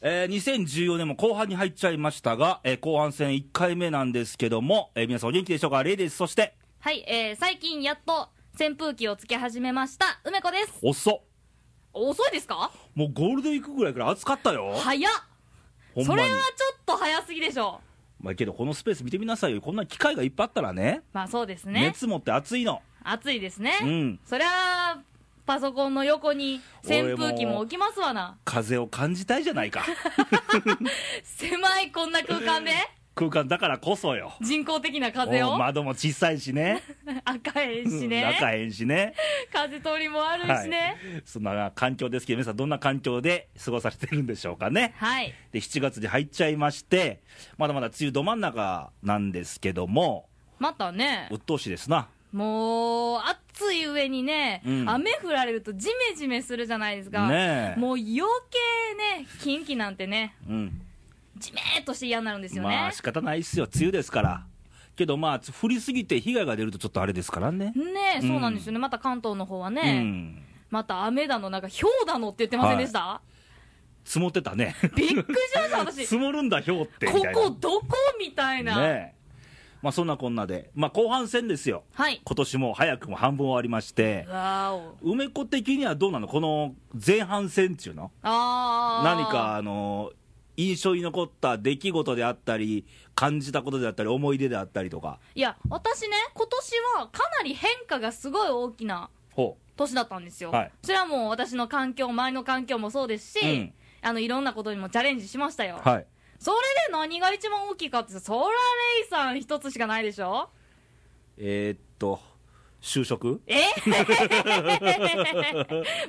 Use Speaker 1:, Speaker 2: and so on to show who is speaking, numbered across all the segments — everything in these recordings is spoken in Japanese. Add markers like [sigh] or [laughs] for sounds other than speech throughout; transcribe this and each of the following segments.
Speaker 1: えー2014年も後半に入っちゃいましたが、えー後半戦1回目なんですけども、えー皆さんお元気でしょうかレイです。そして、
Speaker 2: はい、えー、最近やっと扇風機をつけ始めました梅子です
Speaker 1: 遅っ
Speaker 2: 遅いですか
Speaker 1: もうゴールデンウィークぐらいから暑かったよ。
Speaker 2: 早っ
Speaker 1: ほん
Speaker 2: そ
Speaker 1: ま
Speaker 2: れ
Speaker 1: に
Speaker 2: はちょっと早すぎでしょ
Speaker 1: まあけどこのスペース見てみなさいよ。こんな機械がいっぱいあったらね、
Speaker 2: まあそうですね
Speaker 1: 熱持って暑いの。
Speaker 2: 暑いですね、
Speaker 1: うん
Speaker 2: そりゃパソコンの横に扇風機も置きますわな
Speaker 1: 風を感じたいじゃない
Speaker 2: [laughs]
Speaker 1: か。
Speaker 2: 狭いこんな空間
Speaker 1: [laughs]
Speaker 2: で
Speaker 1: 空間だからこそよ。
Speaker 2: 人工的な風を
Speaker 1: お窓も小さいしね。
Speaker 2: [laughs] 赤い [laughs] し
Speaker 1: うん
Speaker 2: ね
Speaker 1: 中へんしね。
Speaker 2: 風通りも悪いしね
Speaker 1: はい、そんな環境ですけど、皆さん、どんな環境で過ごされてるんでしょうかね。
Speaker 2: はい、
Speaker 1: で7月に入っちゃいまして、まだまだ梅雨ど真ん中なんですけども、
Speaker 2: またね
Speaker 1: 鬱陶しいですな、
Speaker 2: もう暑い上にね、
Speaker 1: うん
Speaker 2: 雨降られるとジメジメするじゃないですか、
Speaker 1: ねえ
Speaker 2: もう余計ね近畿なんてね
Speaker 1: うん
Speaker 2: ジメーっとして嫌になるんですよね、
Speaker 1: まあ仕方ないっすよ、梅雨ですから、けどまあ、つ降りすぎて被害が出るとちょっとあれですからね。
Speaker 2: ねえ
Speaker 1: うん
Speaker 2: そうなんですよね、また関東の方はね、
Speaker 1: うん
Speaker 2: また雨だのなんか氷だのって言ってませんでした、
Speaker 1: 積もってたね、
Speaker 2: びっくりしました私
Speaker 1: 積もるんだ、ひょうってみ
Speaker 2: こ
Speaker 1: たいな、
Speaker 2: こどこみたいな、
Speaker 1: ねえまあ、そんなこんなで、まあ、後半戦ですよ、
Speaker 2: はい
Speaker 1: 今年も早くも半分終わりまして、
Speaker 2: わお
Speaker 1: 梅子的にはどうなの、この前半戦っていうの、
Speaker 2: あー
Speaker 1: 何かあの印象に残った出来事であったり、感じたことであったり、思い出であったりとか、
Speaker 2: いや私ね今年はかなり変化がすごい大きな
Speaker 1: ほ
Speaker 2: 年だったんですよ、
Speaker 1: はい
Speaker 2: それはもう私の環境周りの環境もそうです
Speaker 1: う
Speaker 2: し、
Speaker 1: ん
Speaker 2: あのいろんなことにもチャレンジしましたよ、
Speaker 1: う、はい、
Speaker 2: それで何が一番大きいかってそらレイさん一つしかないでしょ
Speaker 1: えーっと、就職
Speaker 2: え [laughs]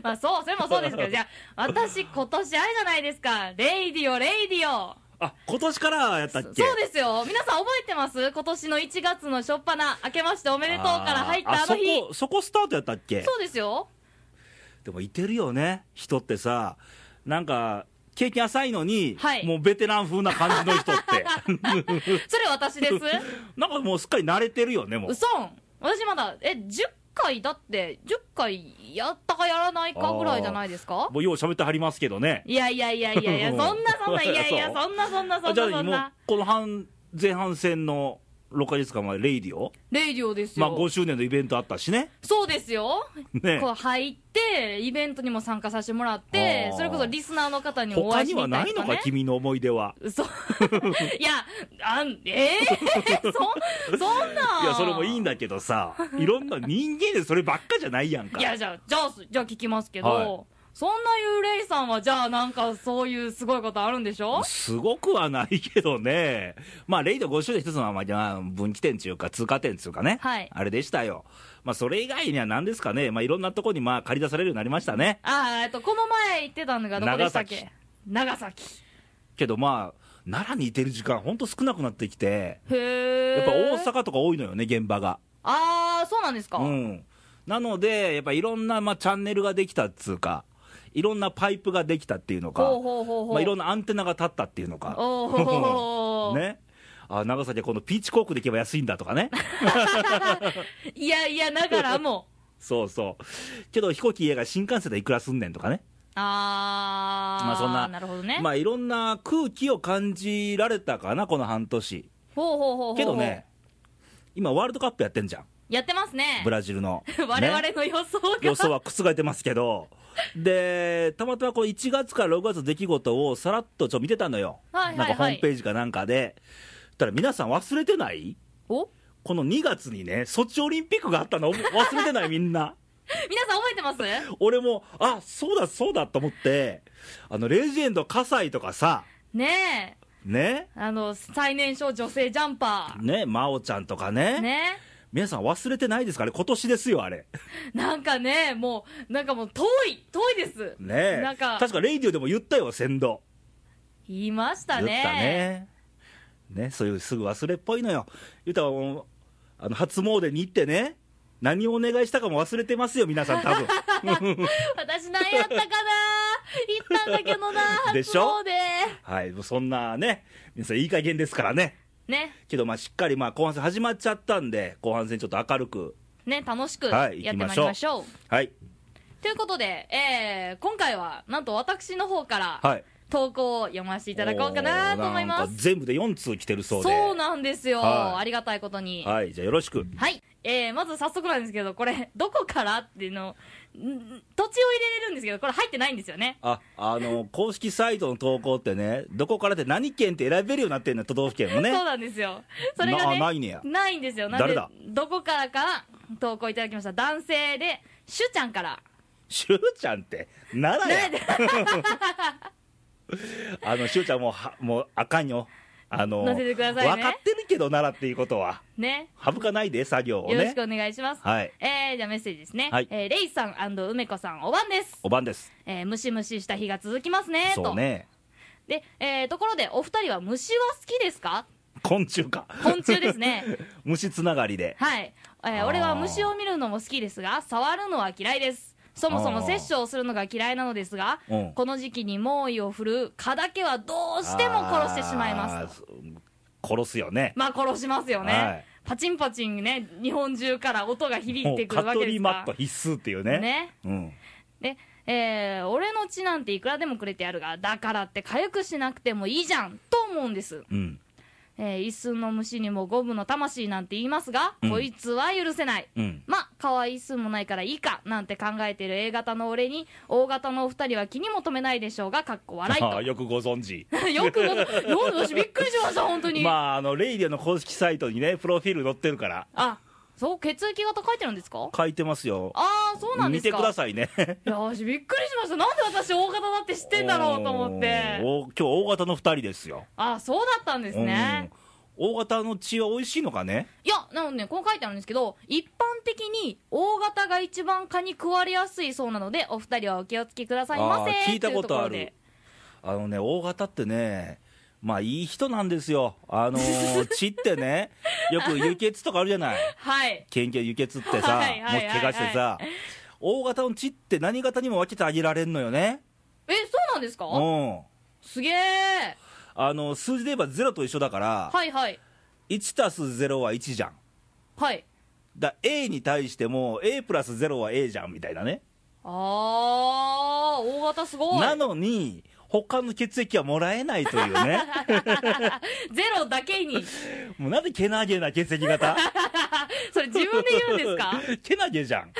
Speaker 2: まあそうそれもそうですけどじゃあ私今年あれじゃないですかレイディオレイディオ
Speaker 1: あ今年からやったっ
Speaker 2: そう
Speaker 1: け
Speaker 2: ですよ皆さん覚えてます今年の1月の初っ端明けましておめでとうから入ったあの日
Speaker 1: そこそこスタートやったっけ
Speaker 2: そうですよ
Speaker 1: でもいてるよね人ってさなんか経験浅いのに、
Speaker 2: はい
Speaker 1: もうベテラン風な感じの人って [laughs]
Speaker 2: それ私です
Speaker 1: なんかもうすっかり慣れてるよねもう
Speaker 2: うそん私まだえ10回だって10回やったかやらないかぐらいじゃないですか
Speaker 1: もうよう喋ってはりますけどね
Speaker 2: いやいやいやい
Speaker 1: [laughs]
Speaker 2: やいや、そんなそんな、いやいや、
Speaker 1: そ
Speaker 2: そんなそんなそ
Speaker 1: あ
Speaker 2: ん
Speaker 1: じゃ
Speaker 2: な
Speaker 1: あ
Speaker 2: そん
Speaker 1: もう
Speaker 2: な。
Speaker 1: この半前半戦の6か月間までレイディオ
Speaker 2: レイディオです
Speaker 1: ま
Speaker 2: よ。
Speaker 1: あ5周年のイベントあったし
Speaker 2: [laughs]
Speaker 1: ね
Speaker 2: そうですよ。
Speaker 1: ね
Speaker 2: こう入って、イベントにも参加させてもらって
Speaker 1: あ、ー
Speaker 2: それこそリスナーの方にもお
Speaker 1: 他
Speaker 2: 会い
Speaker 1: に
Speaker 2: し
Speaker 1: は
Speaker 2: に行
Speaker 1: な
Speaker 2: ったり
Speaker 1: い
Speaker 2: と
Speaker 1: の
Speaker 2: か
Speaker 1: か
Speaker 2: ね。
Speaker 1: 君の思い出は
Speaker 2: 嘘 [laughs] いや、あん、え
Speaker 1: [laughs]
Speaker 2: ー、そ、そんな。
Speaker 1: いやそれもいいん
Speaker 2: だ
Speaker 1: だけど
Speaker 2: [laughs]
Speaker 1: さいろんな人間でそればっかじゃないやんか
Speaker 2: いや、じゃあ、じゃあ、じゃあ聞きますけど、
Speaker 1: はい
Speaker 2: そんなゆうレイさんは、じゃあなんかそういうすごいことあるんでしょ
Speaker 1: すごくはないけどね、まあ、レイド5周年一つの、まあまあ、分岐点というか、通過点というかね、
Speaker 2: はい
Speaker 1: あれでしたよ、まあ、それ以外には何ですかね、まあ、いろんなとこにまあ借り出されるようになりましたね、
Speaker 2: あー、えっと、この前言ってたのがどこでしたっけ長崎。
Speaker 1: けどまあ、奈良にいてる時間、本当少なくなってきて、
Speaker 2: へえ。
Speaker 1: やっぱ大阪とか多いのよね、現場が。
Speaker 2: ああそうなんですか、
Speaker 1: うん、なので、やっぱいろんな、まあ、チャンネルができたっつうか、いろんなパイプができたっていうのか、
Speaker 2: ほうほうほうほう、
Speaker 1: まあ、いろん
Speaker 2: な
Speaker 1: なアンテナが立ったっていうのか。
Speaker 2: おうほうほうほう
Speaker 1: [laughs] ねあ長崎はこのピーチコークで行けば安いんだとか
Speaker 2: [laughs]
Speaker 1: ね
Speaker 2: いやいやながらも
Speaker 1: [laughs] そうそう。けど飛行機家が新幹線でいくらすんねんとかね。
Speaker 2: ああ
Speaker 1: まあそんな
Speaker 2: るほどね、
Speaker 1: まあいろんな空気を感じられたかな、この半年。
Speaker 2: ほうほうほうほう
Speaker 1: けどね、今ワールドカップやってんじゃん。
Speaker 2: やってますね。
Speaker 1: ブラジルの
Speaker 2: [laughs] 我々
Speaker 1: ね
Speaker 2: の予想が、
Speaker 1: 予想は覆ってますけど。で、たまたまこの1月から6月の出来事をさらっとちょっと見てたのよ。
Speaker 2: はいはいはい
Speaker 1: なんかホームページかなんかで。そしたら皆さん忘れてない
Speaker 2: お
Speaker 1: この2月にね、ソチオリンピックがあったの忘れてないみんな。
Speaker 2: 皆さん覚えてます
Speaker 1: 俺も、あ、そうだ、そうだと思って、あの、レジェンド、葛西とかさ、
Speaker 2: ねえ
Speaker 1: ね、
Speaker 2: あの最年少女性ジャンパ
Speaker 1: ね、真央ちゃんとか
Speaker 2: ー
Speaker 1: ね、
Speaker 2: ね
Speaker 1: 皆さん忘れてないですかね、今年ですよ、あれ。
Speaker 2: なんかねもうなんかもう遠い遠いです
Speaker 1: ね
Speaker 2: なんか
Speaker 1: 確か、レイディオでも言ったよ、先導。
Speaker 2: 言いました
Speaker 1: 言った
Speaker 2: ね
Speaker 1: ね。ね、そういうすぐ忘れっぽいのよ。言ったらもう、あの、初詣に行ってね、何をお願いしたかも忘れてますよ、皆さん、
Speaker 2: [laughs]
Speaker 1: 多分
Speaker 2: 私何やっ
Speaker 1: [laughs]
Speaker 2: たかな言ったんだけどな
Speaker 1: でしょ
Speaker 2: 初詣
Speaker 1: はい、もうそんなね、皆さん、いい加減ですからね。
Speaker 2: ね
Speaker 1: けど、まあ、しっかり、まあ、後半戦始まっちゃったんで、後半戦ちょっと明るく。
Speaker 2: ね、楽しくやっ
Speaker 1: は
Speaker 2: て
Speaker 1: い
Speaker 2: まいりましょう。
Speaker 1: はい。
Speaker 2: ということで、えー今回は、なんと私の方から、
Speaker 1: はい。
Speaker 2: 投稿を読ませていただこうかなと思い
Speaker 1: お
Speaker 2: ま
Speaker 1: ーなんか
Speaker 2: す。
Speaker 1: 全部で4通来てるそうで。
Speaker 2: そうなんですよ。
Speaker 1: はい
Speaker 2: ありがたいことに。はい。
Speaker 1: はい、じゃあよろしく。
Speaker 2: えー、まず早速なんですけど、これ、どこからっていうの、んん土地を入れれるんですけど、これ入ってないんですよね。
Speaker 1: あ、あの、公式サイトの投稿ってね、どこからって何県って選べるようになってんの、都道府県もね。
Speaker 2: [laughs] そうなんですよ。それが
Speaker 1: なあ
Speaker 2: ね、
Speaker 1: ないねや
Speaker 2: ないんですよ。なん
Speaker 1: 誰
Speaker 2: で
Speaker 1: だ、
Speaker 2: どこからか投稿いただきました。男性で、しゅうちゃんから。
Speaker 1: しゅうちゃんって、奈良や。あの、しゅうちゃんもうは、もうあかんよ。あの、
Speaker 2: 乗せてくださいね
Speaker 1: 分かってるけど、奈良っていうことは。
Speaker 2: [laughs] ね。
Speaker 1: 省かないで、作業を
Speaker 2: よろし
Speaker 1: ね
Speaker 2: く。お願いします。
Speaker 1: はい。
Speaker 2: えー、じゃあメッセージですね。
Speaker 1: はい
Speaker 2: えーレイさん梅子さん、お晩です。
Speaker 1: おばんです。
Speaker 2: えー、ムシムシした日が続きますね、
Speaker 1: そう
Speaker 2: と。
Speaker 1: ね。
Speaker 2: で、えー、ところで、お二人は虫は好きで
Speaker 1: [laughs]
Speaker 2: すか
Speaker 1: 昆虫か。
Speaker 2: 昆虫ですね。
Speaker 1: [laughs] 虫つながりで。
Speaker 2: はい。え
Speaker 1: あ
Speaker 2: ー
Speaker 1: ー
Speaker 2: 俺は虫を見るのも好きですが、触るのは嫌いです。そもそ
Speaker 1: あ
Speaker 2: も
Speaker 1: ー
Speaker 2: 殺生をするのが嫌いなのですが、
Speaker 1: うん
Speaker 2: この時期に猛威を振るう蚊だけはどうしても殺してしまいます。
Speaker 1: す。殺すよね。
Speaker 2: まあ殺しますよね。
Speaker 1: はい
Speaker 2: パチンパチンね、日本中から音が響
Speaker 1: も
Speaker 2: いて
Speaker 1: う
Speaker 2: くる
Speaker 1: カ
Speaker 2: わ
Speaker 1: ト
Speaker 2: けで
Speaker 1: リ
Speaker 2: す
Speaker 1: ー
Speaker 2: か
Speaker 1: マ
Speaker 2: ら
Speaker 1: ット必須っていうね。
Speaker 2: ね
Speaker 1: うん。
Speaker 2: で、えー俺の血なんていくらでもくれてやるが、だからって痒くしなくてもいいじゃんと思うんです。
Speaker 1: うん。
Speaker 2: えー一寸の虫にもゴムの魂なんて言いますが、
Speaker 1: うん
Speaker 2: こいつは許せない。
Speaker 1: うん。
Speaker 2: まあ、可愛い寸もないからいいか、なんて考えてる A 型の俺に、O 型のお二人は気にも留めないでしょうが、かっこ笑い
Speaker 1: ああ
Speaker 2: と。
Speaker 1: [laughs] よくご存知。
Speaker 2: [laughs] よくご、よく私びっくりしました、本当に。
Speaker 1: まあ、あの、レイディオの公式サイトにね、プロフィール載ってるから、
Speaker 2: あ、そう、血液型書いてるんですか
Speaker 1: 書いてますよ。
Speaker 2: ああ、そうなんで
Speaker 1: 見
Speaker 2: す
Speaker 1: て
Speaker 2: か。
Speaker 1: くださいね。
Speaker 2: いや、私びっくりしました。なんで私 O 型だって知ってんだろうと思って。
Speaker 1: おーお今日大型の2人ですよ。
Speaker 2: あ、そうだったんですね。
Speaker 1: うん大型の血は美味しいのかね
Speaker 2: いや、なのでね、こう書いてあるんですけど、一般的に O 型が一番蚊に食われやすいそうなので、お二人はお気をつけくださいませ。
Speaker 1: あー聞いたことある
Speaker 2: ていうこ
Speaker 1: あのね、大型ってね、まあいい人なんですよ。あの
Speaker 2: [laughs]
Speaker 1: ー血ってね、よく輸血とかあるじゃない。
Speaker 2: ろではい。
Speaker 1: 県警輸血ってさ、
Speaker 2: はいはいはい
Speaker 1: もし怪我してさ、大型の血って何型にも分けてあげられんのよね。
Speaker 2: え、そうなんですか
Speaker 1: うん。
Speaker 2: すげえ。
Speaker 1: あの、数字で言えば0と一緒だから、
Speaker 2: はいはい。
Speaker 1: 1たす0は1じゃん。
Speaker 2: はい。
Speaker 1: だ A に対しても A プラス0は A じゃんみたいなね
Speaker 2: あー、O 型すごい。
Speaker 1: なのに他の血液はもらえないという
Speaker 2: [laughs]
Speaker 1: ね
Speaker 2: ゼロだけに。
Speaker 1: もうなんでけなげな血液型
Speaker 2: それ自分で言うんですか
Speaker 1: [laughs] けなげじゃん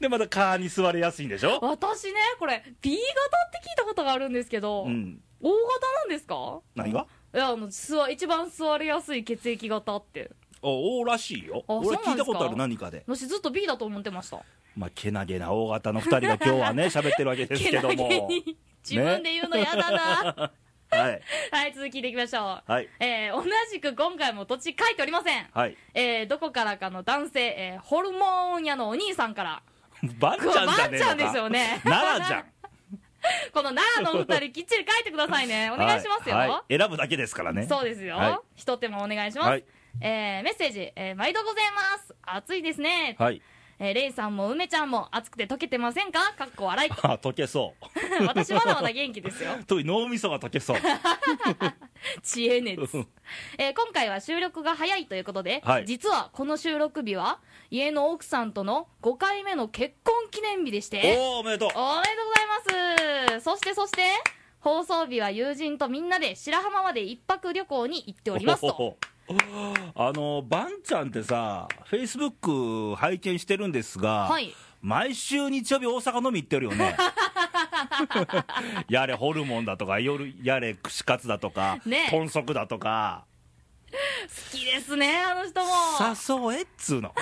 Speaker 1: でまた蚊に吸われやすいんでしょ
Speaker 2: 私ね、これ、B 型って聞いたことがあるんですけど、
Speaker 1: うん
Speaker 2: O 型なんですか
Speaker 1: 何が
Speaker 2: いや、あの、座、一番座りやすい血液型って。
Speaker 1: おおらしいよ
Speaker 2: あそう
Speaker 1: 俺
Speaker 2: なんですか
Speaker 1: 聞いたことある何かで
Speaker 2: 私ずっと B だと思ってました。
Speaker 1: まあけなげな大型の2人が今日はね喋ってるわけですけども
Speaker 2: [laughs] けなげに。自分で言うのやだな。 [laughs]
Speaker 1: はい
Speaker 2: はい、続きでいきましょう。
Speaker 1: はい
Speaker 2: えー同じく今回も土地書いておりません。
Speaker 1: はい
Speaker 2: えーどこからかの男性、えーホルモン屋のお兄さんから。
Speaker 1: バンち
Speaker 2: これ
Speaker 1: ゃんじ
Speaker 2: ば
Speaker 1: ゃ
Speaker 2: ん
Speaker 1: ね
Speaker 2: ちゃん
Speaker 1: え
Speaker 2: で
Speaker 1: の
Speaker 2: すよ
Speaker 1: か
Speaker 2: ね。
Speaker 1: 奈良じゃん
Speaker 2: [laughs] この奈良のお二人、きっちり書いてくださいね。お願いします
Speaker 1: [laughs]
Speaker 2: よ。
Speaker 1: はいはい選ぶだけですからね
Speaker 2: そうですよ。
Speaker 1: は
Speaker 2: ひと手間お願いします。
Speaker 1: はい
Speaker 2: えーメッセージ、えー毎度ございます。暑いですね。
Speaker 1: はい
Speaker 2: えーレイさんも梅ちゃんも暑くて溶けてませんか [laughs] かっこ笑いと。
Speaker 1: あ溶けそう
Speaker 2: 私まだまだ元気ですよ。
Speaker 1: [laughs] 特に脳みそが溶け
Speaker 2: [laughs]
Speaker 1: そう
Speaker 2: 知恵熱。えー今回は収録が早いということで、
Speaker 1: はい
Speaker 2: 実はこの収録日は、家の奥さんとの5回目の結婚記念日でして。
Speaker 1: おおおめでとう
Speaker 2: おめでとうございますそしてそして放送日は友人とみんなで白浜まで一泊旅行に行っておりますと
Speaker 1: [laughs] あのバンちゃんってさフェイスブック拝見してるんですが、
Speaker 2: はい
Speaker 1: 毎週日曜日大阪飲み行ってるよ
Speaker 2: [laughs]
Speaker 1: ねやれホルモンだとか夜やれ串カツだとか、
Speaker 2: ね
Speaker 1: 豚足だとか
Speaker 2: 好きですねあの人も
Speaker 1: 誘えっつうの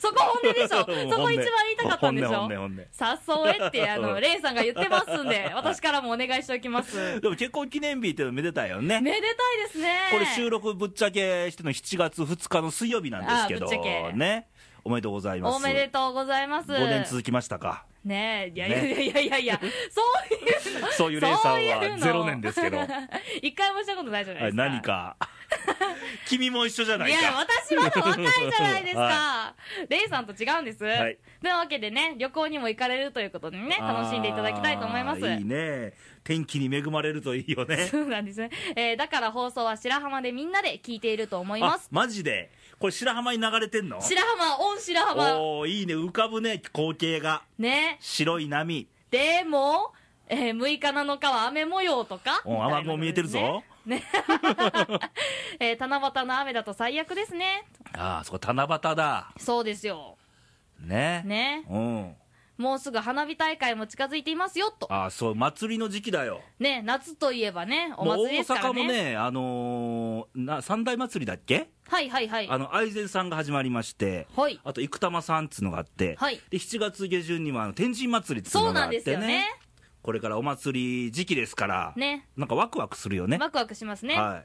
Speaker 2: そこ本音で
Speaker 1: [laughs]
Speaker 2: しょ [laughs] そこ一番言いたかったんでしょ
Speaker 1: 本音本音本音
Speaker 2: 誘えってあ
Speaker 1: う
Speaker 2: の
Speaker 1: ん
Speaker 2: レイさんが言ってますんで私からもお願いしておき
Speaker 1: [laughs]
Speaker 2: ますめで
Speaker 1: でも結婚記念日っていうのめでたいよね
Speaker 2: たいですね
Speaker 1: これ収録ぶっちゃけしての7月2日の水曜日なんですけど
Speaker 2: あぶっちゃけ
Speaker 1: ねおめでとうございます
Speaker 2: おめでとうございます
Speaker 1: 5年続きましたか
Speaker 2: ねえいやいや
Speaker 1: ね
Speaker 2: いやいやいや、 [laughs] そういうの
Speaker 1: そういうレイさんは
Speaker 2: そういうの
Speaker 1: 0年ですけ
Speaker 2: [laughs]
Speaker 1: ど
Speaker 2: 一回もしたことないじゃない
Speaker 1: は
Speaker 2: で
Speaker 1: い
Speaker 2: すか
Speaker 1: 何か
Speaker 2: [laughs]
Speaker 1: 君も一緒じゃないい
Speaker 2: や、
Speaker 1: か
Speaker 2: 私まだ若いじゃない
Speaker 1: [laughs]
Speaker 2: ですか。レイさんと違うんです。
Speaker 1: はい
Speaker 2: というわけでね、旅行にも行かれるということでね、楽しんでいただきたいと思います。
Speaker 1: あーいいね天気に恵まれるといいよね
Speaker 2: そうなんですね。えーだから放送は白浜でみんなで聞いていると思います
Speaker 1: あ。マジでこれ白浜に流れてんの
Speaker 2: 白浜、オン白浜。
Speaker 1: おーいいね浮かぶね光景が
Speaker 2: ね。
Speaker 1: 白い波
Speaker 2: でも、えー6日7日は雨模様とか、
Speaker 1: うん、雨雲見えてるぞ、
Speaker 2: えー七夕の雨だと最悪ですね
Speaker 1: ああそこ七夕だ
Speaker 2: そうですよ
Speaker 1: ね
Speaker 2: ね
Speaker 1: うん
Speaker 2: もうすぐ花火大会も近づいていますよと
Speaker 1: ああそう祭りの時期だよ
Speaker 2: ね夏といえばねお祭りですから
Speaker 1: もう大阪
Speaker 2: ね
Speaker 1: もね、あのーな三大祭りだっけ、
Speaker 2: はいはいはい
Speaker 1: あの愛禅さんが始まりまして、
Speaker 2: はい
Speaker 1: あと生玉さんっつうのがあって、
Speaker 2: はい
Speaker 1: で7月下旬にはあの天神祭りっつう
Speaker 2: そ
Speaker 1: の
Speaker 2: う
Speaker 1: があ
Speaker 2: な
Speaker 1: っ
Speaker 2: んです
Speaker 1: て
Speaker 2: よ
Speaker 1: ね
Speaker 2: ね
Speaker 1: これからお祭り時期ですから、
Speaker 2: ね
Speaker 1: なんかワクワクするよね。
Speaker 2: ワクワクしますね、
Speaker 1: はい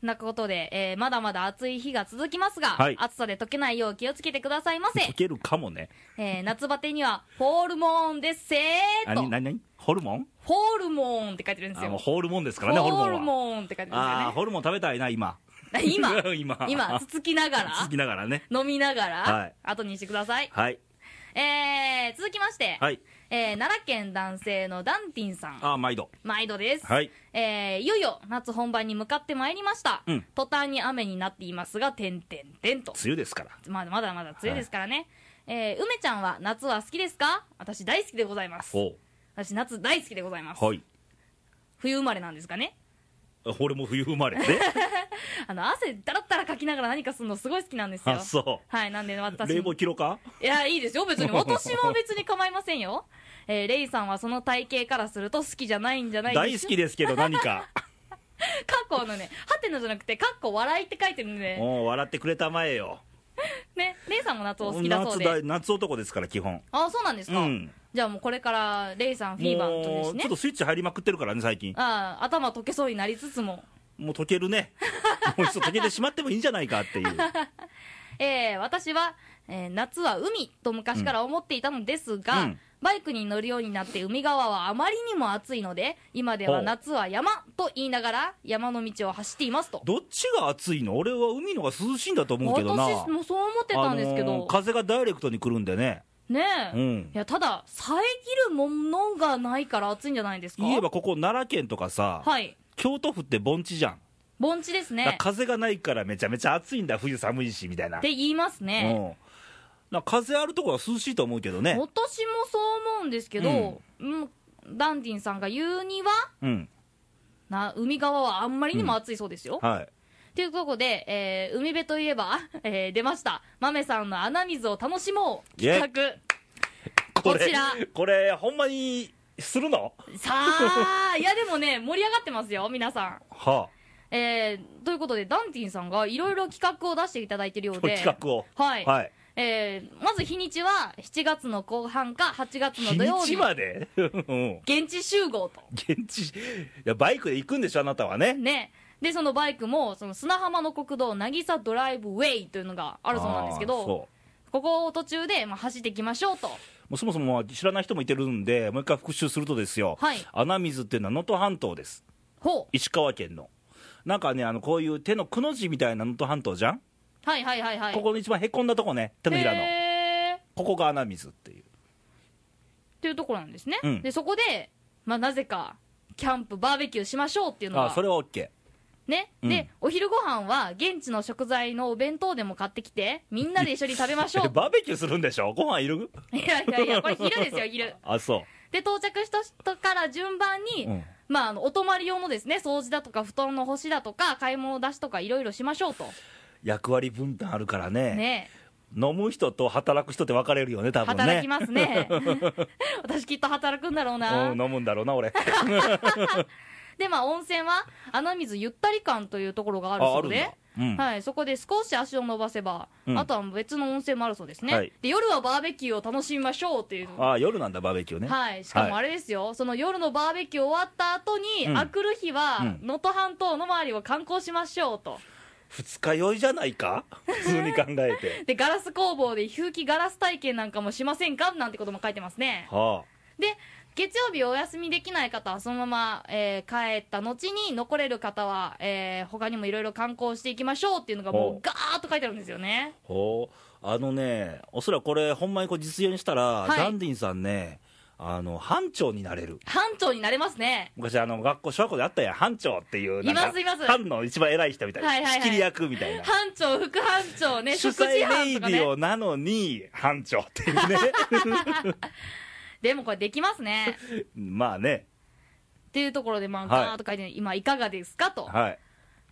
Speaker 2: そんなことで、えーまだまだ暑い日が続きますが、
Speaker 1: はい
Speaker 2: 暑さで溶けないよう気をつけてくださいませ
Speaker 1: [laughs] 溶、けるかもね。
Speaker 2: えー夏バテにはホールモーンですせーっと
Speaker 1: 何何何ホルモン？
Speaker 2: ホールモーンって書いてるんです
Speaker 1: あ
Speaker 2: よ
Speaker 1: もうホルモンですからねホルモンは。
Speaker 2: モーンって書いて
Speaker 1: ああ
Speaker 2: あ
Speaker 1: ーホルモン食べたいな今。
Speaker 2: るんですよね
Speaker 1: [laughs] 今
Speaker 2: 今今つつきながら
Speaker 1: 好きながらね。
Speaker 2: 飲みながら、
Speaker 1: はい
Speaker 2: 後にしてください、
Speaker 1: はい
Speaker 2: えー、続きまして、
Speaker 1: はい。
Speaker 2: えー奈良県男性のダンティンさん
Speaker 1: ああ毎度。
Speaker 2: 毎度です、
Speaker 1: はい。
Speaker 2: えーいよいよ夏本番に向かってまいりました、
Speaker 1: うん
Speaker 2: 途端に雨になっていますが点々点と
Speaker 1: 梅雨ですから。
Speaker 2: まだまだまだ梅雨ですからね、えー梅ちゃんは夏は好きですか私大好きでございます
Speaker 1: おう
Speaker 2: 私夏大好きでございます、
Speaker 1: はい。
Speaker 2: 冬生まれなんですかね
Speaker 1: 俺も冬生まれで。
Speaker 2: あの汗だらだらかきながら何かするのすごい好きなんですよ
Speaker 1: あそ
Speaker 2: はいなんで
Speaker 1: う。
Speaker 2: 私
Speaker 1: 冷
Speaker 2: も
Speaker 1: 房切ろうか。
Speaker 2: いやいいですよ
Speaker 1: [laughs]
Speaker 2: 別に私も別に構いませんよえーレイさんはその体型からすると好きじゃないんじゃない
Speaker 1: 大好きですけど何
Speaker 2: [laughs]
Speaker 1: か。
Speaker 2: かっこのねハテナじゃなくてかっこ笑いって書いてるんで
Speaker 1: もう笑ってくれたまえよ。
Speaker 2: ねレイさんも夏お好きだそう
Speaker 1: 夏
Speaker 2: で
Speaker 1: だ夏男ですから基本。
Speaker 2: あそうなんです
Speaker 1: う
Speaker 2: か、
Speaker 1: ん。
Speaker 2: じゃあもうこれからレイさんフィーバーと
Speaker 1: もう
Speaker 2: です
Speaker 1: ちょ
Speaker 2: ね
Speaker 1: っとスイッチ入りまくってるからね最近。
Speaker 2: ああ頭溶けそうになりつつも
Speaker 1: もう溶けるね。 [laughs] もう一度溶けてしまってもいいんじゃないかって
Speaker 2: [laughs]
Speaker 1: いう。
Speaker 2: えー私は、えー夏は海と昔から思っていたのですが、
Speaker 1: うん
Speaker 2: バイクに乗るようになって海側はあまりにも暑いので今で
Speaker 1: ほ
Speaker 2: は
Speaker 1: う
Speaker 2: 夏は山と言いながら山の道を走っていますと
Speaker 1: どっちが暑いの俺は海のが涼しいんだと思うけどな。
Speaker 2: 私もそう思ってたんですけど、
Speaker 1: あのー風がダイレクトに来るんでね。
Speaker 2: ねえ、
Speaker 1: う
Speaker 2: い
Speaker 1: ん。
Speaker 2: やただ遮るものがないから暑いんじゃないですか
Speaker 1: 言えばここ奈良県とかさ、
Speaker 2: はい
Speaker 1: 京都府って盆地じゃん。
Speaker 2: 盆地です
Speaker 1: だから
Speaker 2: ね
Speaker 1: 風がないからめちゃめちゃ暑いんだ、冬寒いしみたいな。
Speaker 2: って言いますね、
Speaker 1: うん、なんか風あるところは涼しいと思うけどね、
Speaker 2: 私もそう思うんですけど、うんダンディンさんが言うには
Speaker 1: うん
Speaker 2: な海側はあんまりにも暑いそうですよ、
Speaker 1: はい、
Speaker 2: ということで、えー海辺といえば、 [laughs] あえー出ました、豆さんの穴水を楽しもう
Speaker 1: イェイ
Speaker 2: 企画、
Speaker 1: これ
Speaker 2: こちら
Speaker 1: これほんまにするの
Speaker 2: さあ、いや、でもね、盛り上がってますよ、皆さ
Speaker 1: は
Speaker 2: ん。えーということで、ダンティンさんがいろいろ企画を出していただいているよ
Speaker 1: あ
Speaker 2: う
Speaker 1: [laughs]
Speaker 2: で、
Speaker 1: 企画を
Speaker 2: はい
Speaker 1: はい、
Speaker 2: えーまず日にちは7月の後半か8月の
Speaker 1: 日
Speaker 2: 土曜
Speaker 1: にち
Speaker 2: 日、
Speaker 1: まで [laughs] うん
Speaker 2: 現地集合と。
Speaker 1: 現地いやバイクで行くんでしょあなたはね
Speaker 2: ねでそのバイクもその砂浜の国道渚ドライブウェイというのがあ
Speaker 1: あ
Speaker 2: るそうなんですけど
Speaker 1: ーそ
Speaker 2: ここを途中で、まあ、走っていきましょうと
Speaker 1: うもうそもそも知らない人もいてるんでもう一回復習するとですよ、
Speaker 2: はい
Speaker 1: 穴水っていうのは能登半島です
Speaker 2: ほ
Speaker 1: 石川県のなんかねあのこういう手のくの字みたいな能登半島じゃん、
Speaker 2: うはいはいはいはい
Speaker 1: ここの一番へこんだとこね手のひらの
Speaker 2: へーっ
Speaker 1: ここが穴水っていう
Speaker 2: ていうところなんですね、
Speaker 1: うん
Speaker 2: でそこで、まあ、なぜかキャンプバーベキューしましょうっていうの
Speaker 1: あ
Speaker 2: が
Speaker 1: それは OK
Speaker 2: ね、
Speaker 1: うん
Speaker 2: でお昼ご飯は現地の食材のお弁当でも買ってきてみんなで一緒に食べましょ
Speaker 1: [laughs] え
Speaker 2: う
Speaker 1: バーベキューするんでしょご飯いる
Speaker 2: いやいやいやこれ昼ですよ昼
Speaker 1: あそ
Speaker 2: で到着した人から順番
Speaker 1: う、
Speaker 2: に、
Speaker 1: うん
Speaker 2: まあ、あのお泊まり用のですね掃除だとか布団の干しだとか買い物出しとかいろいろしましょうと
Speaker 1: 役割分担あるからね
Speaker 2: ね
Speaker 1: 飲む人と働く人って分かれるよね多分ね
Speaker 2: 働きま
Speaker 1: [laughs]
Speaker 2: すね私きっと働くんだろうな、
Speaker 1: うん、飲むんだろうな
Speaker 2: [laughs]
Speaker 1: 俺
Speaker 2: でまあ温泉は穴水ゆったり館というところがあるそう
Speaker 1: あ
Speaker 2: で
Speaker 1: るんだうん
Speaker 2: はい、そこで少し足を伸ばせば、
Speaker 1: うん
Speaker 2: あとは別の温泉もあるそうですね、
Speaker 1: はい
Speaker 2: で夜はバーベキューを楽しみましょうっていう
Speaker 1: ああ夜なんだバーベキューね
Speaker 2: はい、しかもあ
Speaker 1: れ、
Speaker 2: れですよ、その夜のバーベキュー終わった後に、
Speaker 1: うん
Speaker 2: あくる日は
Speaker 1: うん
Speaker 2: 能登、半島の周りを観光しましょうと
Speaker 1: 二日酔いじゃない
Speaker 2: [laughs]
Speaker 1: か普通に考えて
Speaker 2: でガラス工房で風紀ガラス体験なんかもしませんかなんてことも書いてますね
Speaker 1: は
Speaker 2: で月曜日お休みできない方はそのまま、えー帰った後に残れる方は、えー他にもいろいろ観光していきましょうっていうのがも
Speaker 1: ほ
Speaker 2: う
Speaker 1: う
Speaker 2: ガーッと書いてあるんですよね
Speaker 1: あほうあのねおそらくこれほんまにこう実現したら、
Speaker 2: い
Speaker 1: ダンディンさんねあの班長になれる
Speaker 2: 班長になれますね
Speaker 1: 昔あの学校小学校であったやん班長っていうなんか
Speaker 2: いますいます
Speaker 1: 班の一番偉い人みたいな、
Speaker 2: はいはいはい
Speaker 1: 仕切り役みたいな
Speaker 2: 班長副班長ね
Speaker 1: 主
Speaker 2: 食事
Speaker 1: 催レ
Speaker 2: 班
Speaker 1: イデ
Speaker 2: とかね
Speaker 1: ィオなのに班長っていうね [laughs]
Speaker 2: でもこれできますね
Speaker 1: [laughs] まあね
Speaker 2: っていうところで、まあ、ガーッと書いて、今、いかがですかと、
Speaker 1: はい。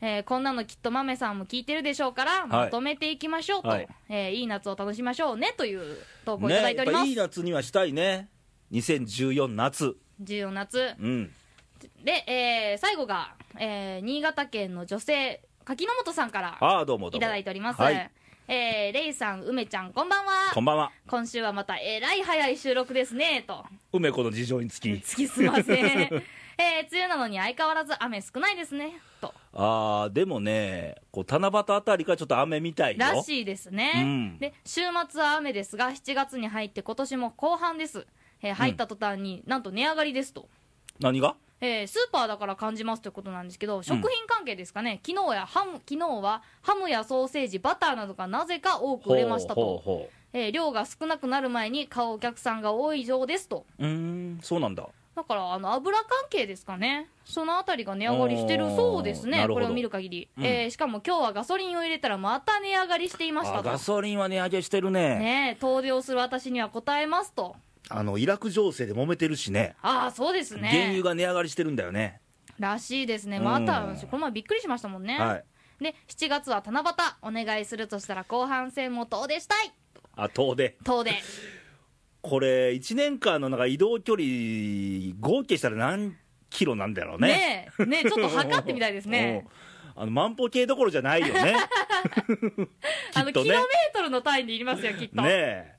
Speaker 2: えーこんなのきっと豆さんも聞いてるでしょうから、まとめていきましょうと、
Speaker 1: はいい
Speaker 2: えーいい夏を楽しみましょうねという投稿い
Speaker 1: ね
Speaker 2: ただいており
Speaker 1: やっ
Speaker 2: ま
Speaker 1: ぱ
Speaker 2: す。
Speaker 1: いい夏にはしたいね。2014夏。
Speaker 2: 14夏
Speaker 1: うん。
Speaker 2: で、えー最後が、えー新潟県の女性柿本さんから
Speaker 1: ああ、どうもどうも。
Speaker 2: いただいております、
Speaker 1: はい。
Speaker 2: えーレイさん梅ちゃんこんばんは
Speaker 1: こんばんは。
Speaker 2: 今週はまたえらい早い収録ですねと
Speaker 1: 梅子の事情につき。
Speaker 2: 月すいませんえ
Speaker 1: [laughs]
Speaker 2: ー梅雨なのに相変わらず雨少ないですねと
Speaker 1: ああ、でもね、こう、七夕あたりからちょっと雨みたいよ。
Speaker 2: らしいですね、
Speaker 1: うん
Speaker 2: で週末は雨ですが7月に入って今年も後半です、えー入った途端になんと値上がりですと
Speaker 1: 何が
Speaker 2: えースーパーだから感じますということなんですけど、食品関係ですかね、昨日やハム昨日はハムやソーセージ、バターなどがなぜか多く売れました
Speaker 1: ほう
Speaker 2: と、
Speaker 1: ほ
Speaker 2: えー量が少なくなる前に買うお客さんが多いようですと、
Speaker 1: うほう。うーん、そうなんだ。
Speaker 2: だからあの油関係ですかね、そのあたりが値上がりしてるそうです
Speaker 1: おーな
Speaker 2: ね、
Speaker 1: る
Speaker 2: こ
Speaker 1: ほど
Speaker 2: れを見る限り、
Speaker 1: うん
Speaker 2: えーしかも今日はガソリンを入れたら、また値上がりしていました
Speaker 1: あガ
Speaker 2: と、
Speaker 1: ソリンは値上げしてるね
Speaker 2: ねえ、遠出をする私には答えますと、
Speaker 1: あのイラク情勢で揉めてるしね
Speaker 2: ああ、そうですね、
Speaker 1: 原油が値上がりしてるんだよね
Speaker 2: らしいですね、また、
Speaker 1: うん
Speaker 2: この前びっくりしましたもんね。
Speaker 1: はい
Speaker 2: で7月は七夕お願いするとしたら後半戦も遠出したい
Speaker 1: あ遠出
Speaker 2: 遠出
Speaker 1: これ1年間の中移動距離合計したら何キロなんだろうね
Speaker 2: ねえ
Speaker 1: [laughs]
Speaker 2: ねえちょっと測ってみたいですね
Speaker 1: うんあの万歩計どころじゃないよ
Speaker 2: [laughs]
Speaker 1: ね
Speaker 2: あの
Speaker 1: きっと
Speaker 2: キ
Speaker 1: ね
Speaker 2: ロメートルの単位でいりますよきっと、
Speaker 1: ねえ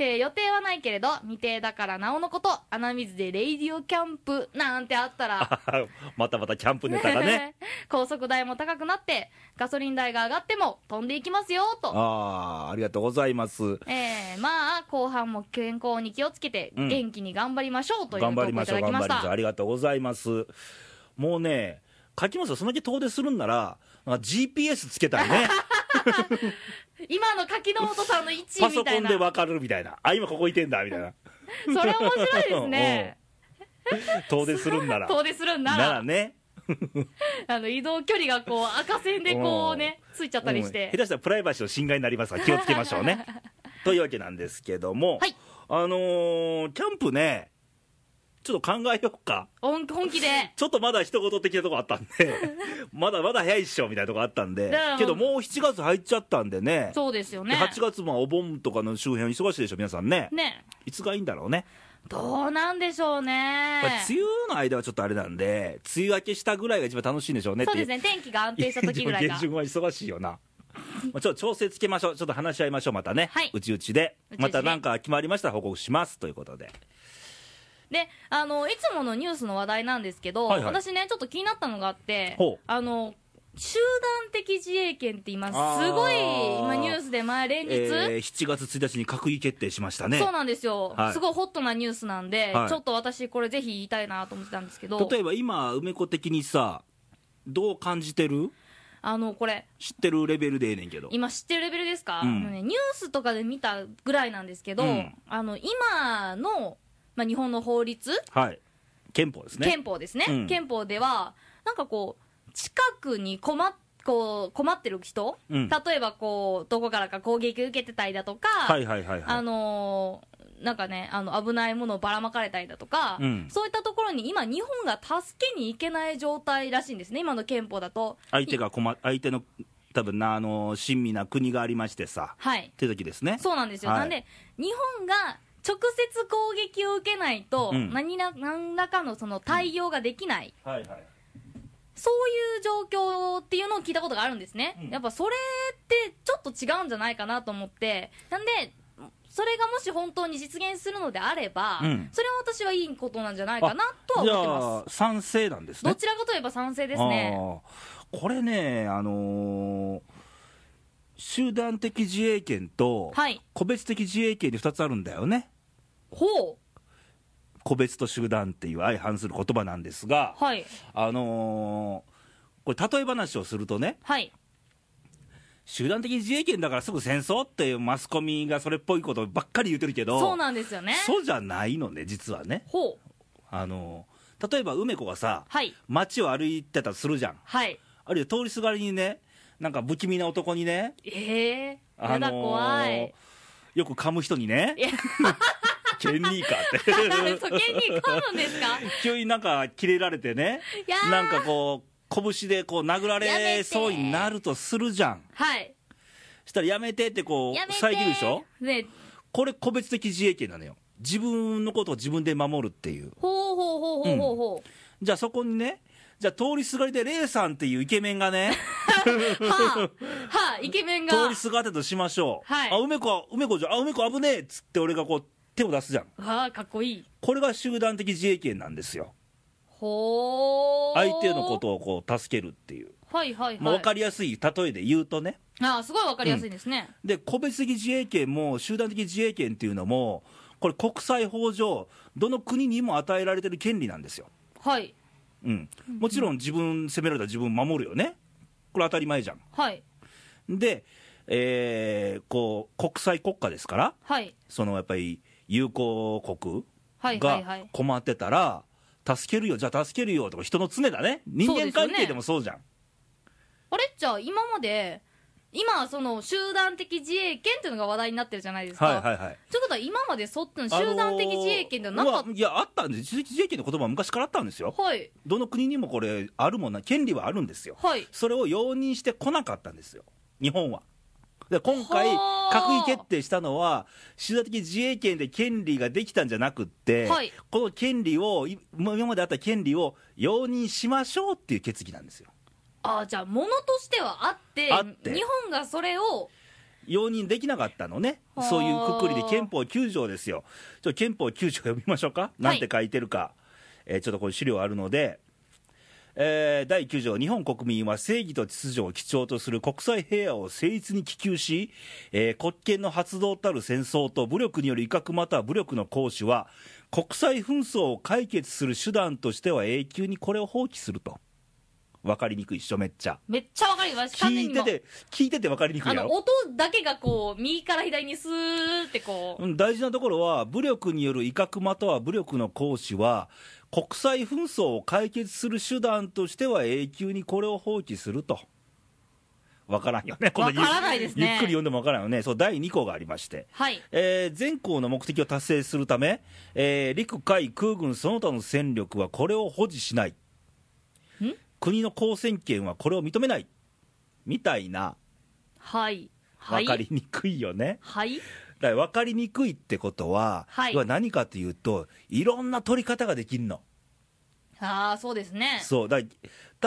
Speaker 2: えー予定はないけれど未定だからなおのこと穴水でレイディオキャンプなんてあったら
Speaker 1: あまたまたキャンプネタがね
Speaker 2: [laughs] 高速代も高くなってガソリン代が上がっても飛んでいきますよと
Speaker 1: ああありがとうございます
Speaker 2: えーまあ後半も健康に気をつけて
Speaker 1: うん
Speaker 2: 元気に頑張りましょうという
Speaker 1: 頑張りましょう
Speaker 2: 投稿
Speaker 1: 頑
Speaker 2: い
Speaker 1: 張り
Speaker 2: ただきました
Speaker 1: ましょうありがとうございますもうね柿本さんそのだけ遠出するんならなんか GPS つけたい
Speaker 2: [laughs]
Speaker 1: ね
Speaker 2: 今の柿の本さんの位置
Speaker 1: パ
Speaker 2: み
Speaker 1: ソ
Speaker 2: た
Speaker 1: コ
Speaker 2: い
Speaker 1: ン
Speaker 2: な
Speaker 1: で分かるみたいなあ今ここいてんだみたいな
Speaker 2: それ面白いですね
Speaker 1: 遠出するんなら
Speaker 2: 遠出するんな
Speaker 1: な
Speaker 2: ら
Speaker 1: らね
Speaker 2: あの移動距離がこう赤線でこうねついちゃったりし
Speaker 1: うん
Speaker 2: て
Speaker 1: 下手したらプライバシーの侵害になりますから気をつけましょう
Speaker 2: [laughs]
Speaker 1: ねというわけなんですけども、
Speaker 2: はい
Speaker 1: あのーキャンプねちょっと考えようか
Speaker 2: 本本気で
Speaker 1: ちょっとまだ一言的なとこあったんでまだまだ早いっしょみたいなとこあったんで
Speaker 2: だからもう
Speaker 1: けどもう7月入っちゃったんでね
Speaker 2: そうですよ
Speaker 1: で
Speaker 2: ね
Speaker 1: 8月もお盆とかの周辺忙しいでしょ皆さんね
Speaker 2: ね
Speaker 1: いつがいいんだろうね
Speaker 2: どうなんでしょうね
Speaker 1: やっぱり梅雨の間はちょっとあれなんで梅雨明けしたぐらいが一番楽しいんでしょうねって
Speaker 2: そう
Speaker 1: い
Speaker 2: で
Speaker 1: う
Speaker 2: すね天気が安定した時ぐらいが
Speaker 1: 下旬は忙しいよな。まあちょっと調整つけましょう。ちょっと話し合いましょう。またね。
Speaker 2: はいう
Speaker 1: ちうちで。
Speaker 2: うちうちで
Speaker 1: またなんか決まりましたら報告します。ということで。
Speaker 2: であのいつものニュースの話題なんですけど、
Speaker 1: はいはい
Speaker 2: 私ねちょっと気になったのがあって
Speaker 1: ほう
Speaker 2: あの集団的自衛権って今
Speaker 1: あー
Speaker 2: すごい今ニュースで前連日、
Speaker 1: えー7月1日に閣議決定しましたね。
Speaker 2: そうなんですよ、
Speaker 1: はい
Speaker 2: すごいホットなニュースなんで、
Speaker 1: はい
Speaker 2: ちょっと私これぜひ言いたいなと思ってたんですけど
Speaker 1: 例えば今、梅子的にさ、どう感じてる
Speaker 2: あのこれ
Speaker 1: 知ってるレベルでええねんけど。
Speaker 2: 今知ってるレベルですか、
Speaker 1: うん
Speaker 2: あのね、ニュースとかで見たぐらいなんですけど、
Speaker 1: うん
Speaker 2: あの今の、まあ、日本の法律、
Speaker 1: はい。憲法ですね。
Speaker 2: 憲法ですね、
Speaker 1: うん
Speaker 2: 憲法ではなんかこう近くに困っこう困ってる人、
Speaker 1: うん
Speaker 2: 例えばこうどこからか攻撃受けてたりだとか、
Speaker 1: はいはいはい
Speaker 2: あ
Speaker 1: はい。
Speaker 2: のーなんかねあの危ないものをばらまかれたりだとか、
Speaker 1: うん
Speaker 2: そういったところに今日本が助けに行けない状態らしいんですね今の憲法だと
Speaker 1: 相手が困、相手の、多分な、あの、親身な国がありましてさ、
Speaker 2: はい
Speaker 1: って時ですね。
Speaker 2: そうなんですよ、
Speaker 1: はい
Speaker 2: なんで日本が直接攻撃を受けないと、
Speaker 1: うん
Speaker 2: 何ら何らかのその対応ができない、
Speaker 1: はいはい。
Speaker 2: そういう状況っていうのを聞いたことがあるんですね、
Speaker 1: うん
Speaker 2: やっぱそれってちょっと違うんじゃないかなと思ってなんでそれがもし本当に実現するのであれば、
Speaker 1: うん
Speaker 2: それは私はいいことなんじゃないかなとは
Speaker 1: じ
Speaker 2: 思ってます
Speaker 1: ゃあ、賛成なんですね
Speaker 2: ど。ちらかといえば賛成ですね。
Speaker 1: あーこれね、あのー集団的自衛権と
Speaker 2: はい
Speaker 1: 個別的自衛権に2つあるんだよね、
Speaker 2: ほ
Speaker 1: 個別と集団っていう相反する言葉なんですが、
Speaker 2: う。はい。
Speaker 1: あのーこれ、例え話をするとね、
Speaker 2: はい。
Speaker 1: 集団的自衛権だからすぐ戦争っていうマスコミがそれっぽいことばっかり言ってるけど、
Speaker 2: そうなんですよね。
Speaker 1: そうじゃないのね、実はね、
Speaker 2: ほう。
Speaker 1: あのー例えば梅子がさ、
Speaker 2: はい。
Speaker 1: 街を歩いてたとするじゃん、
Speaker 2: はい。
Speaker 1: あるいは通りすがりにね、なんか不気味な男にね、
Speaker 2: ええー。
Speaker 1: あ
Speaker 2: やだ、
Speaker 1: [laughs] のー
Speaker 2: 怖い。
Speaker 1: よく噛む人にね
Speaker 2: いや、
Speaker 1: [laughs] ケンニーかって [laughs]
Speaker 2: そう県に変わるんですか
Speaker 1: 急になんかキレられてね
Speaker 2: いやー
Speaker 1: なんかこう拳でこう殴ら
Speaker 2: や
Speaker 1: れ
Speaker 2: めて
Speaker 1: そうになるとするじゃん
Speaker 2: はい
Speaker 1: したらやめてってこ
Speaker 2: やめ
Speaker 1: う
Speaker 2: て
Speaker 1: 遮るでしょ
Speaker 2: ね
Speaker 1: これ個別的自衛権なのよ自分のことを自分で守るっていう
Speaker 2: ほうほうほうほうほうほ
Speaker 1: じゃあそこにねじゃあ通りすがりでレイさんっていうイケメンがね
Speaker 2: う、はあはあイケメ [laughs] ンが
Speaker 1: 通りすがってとしましょう、
Speaker 2: はい
Speaker 1: あ梅子梅子じゃんあ梅子危ねえっつって俺がこう手を出すじゃん
Speaker 2: はあかっこいい
Speaker 1: これが集団的自衛権なんですよ
Speaker 2: ほう
Speaker 1: 相手のことをこう助けるっていう、
Speaker 2: はいはいはい、
Speaker 1: まあ、分かりやすい例えで言うとね
Speaker 2: ああすごいわかりやすいですね、
Speaker 1: で個別的自衛権も集団的自衛権っていうのもこれ国際法上どの国にも与えられてる権利なんですよ、
Speaker 2: はい
Speaker 1: うん、もちろん自分責められたら自分守るよねこれ当たり前じゃん
Speaker 2: はい
Speaker 1: で、えーこう国際国家ですから
Speaker 2: はい
Speaker 1: そのやっぱり友好国
Speaker 2: はいはいは
Speaker 1: が
Speaker 2: い
Speaker 1: 困ってたら、助けるよ、じゃあ助けるよとか、人の常だね、人間関係でもそうじゃん、
Speaker 2: あれじゃあ今まで今その集団的自衛権っていうのが話題になってるじゃないですか、
Speaker 1: はいはいはい、
Speaker 2: ということは今までそっちの集団的自衛権ではなかっ
Speaker 1: あのーうわいや、あったんです、自自衛権の言葉は昔からあったんですよ、
Speaker 2: た、はい
Speaker 1: どの国にもこれ、あるもんな、権利はあるんですよ、
Speaker 2: はい
Speaker 1: それを容認してこなかったんですよ、日本は。で今回
Speaker 2: は、あ
Speaker 1: 閣議決定したのは、集団的自衛権で権利ができたんじゃなくって、
Speaker 2: はい
Speaker 1: この権利を、い今まであった権利を容認しましょうっていう決議なんですよ。
Speaker 2: ああじゃあものとしてはあって
Speaker 1: あって
Speaker 2: 日本がそれを
Speaker 1: 容認できなかったのね
Speaker 2: は、あ
Speaker 1: そういうくくりで憲法9条ですよ、ちょっと憲法9条読みましょうか、なんて書いてるか、えーちょっとこれ、資料あるので、えー第9条、日本国民は正義と秩序を基調とする国際平和を誠実に希求し、えー国権の発動たる戦争と武力による威嚇または武力の行使は、国際紛争を解決する手段としては永久にこれを放棄すると。分かりにくいっしょ、めっちゃ。
Speaker 2: めっちゃわかります
Speaker 1: 聞いて
Speaker 2: 完全にもう
Speaker 1: て、聞いてて分かりにく
Speaker 2: あ
Speaker 1: いやろ
Speaker 2: の音だけがこう右から左にスーってこう、
Speaker 1: うん大事なところは、武力による威嚇または武力の行使は、国際紛争を解決する手段としては永久にこれを放棄すると。わからんよね、このゆ
Speaker 2: わからないですね
Speaker 1: ゆっくり読んでもわからんよね、そう第2項がありまして、
Speaker 2: はい
Speaker 1: えー全項の目的を達成するため、えー陸海空軍その他の戦力はこれを保持しない、国の公選権はこれを認めないみたいな、
Speaker 2: はいは
Speaker 1: わ
Speaker 2: い
Speaker 1: かりにくいよね。
Speaker 2: はい
Speaker 1: だから分かりにくいってことは、
Speaker 2: はい
Speaker 1: 要は何かというと、いろんな取り方ができるの、
Speaker 2: ああそうですね
Speaker 1: そうだから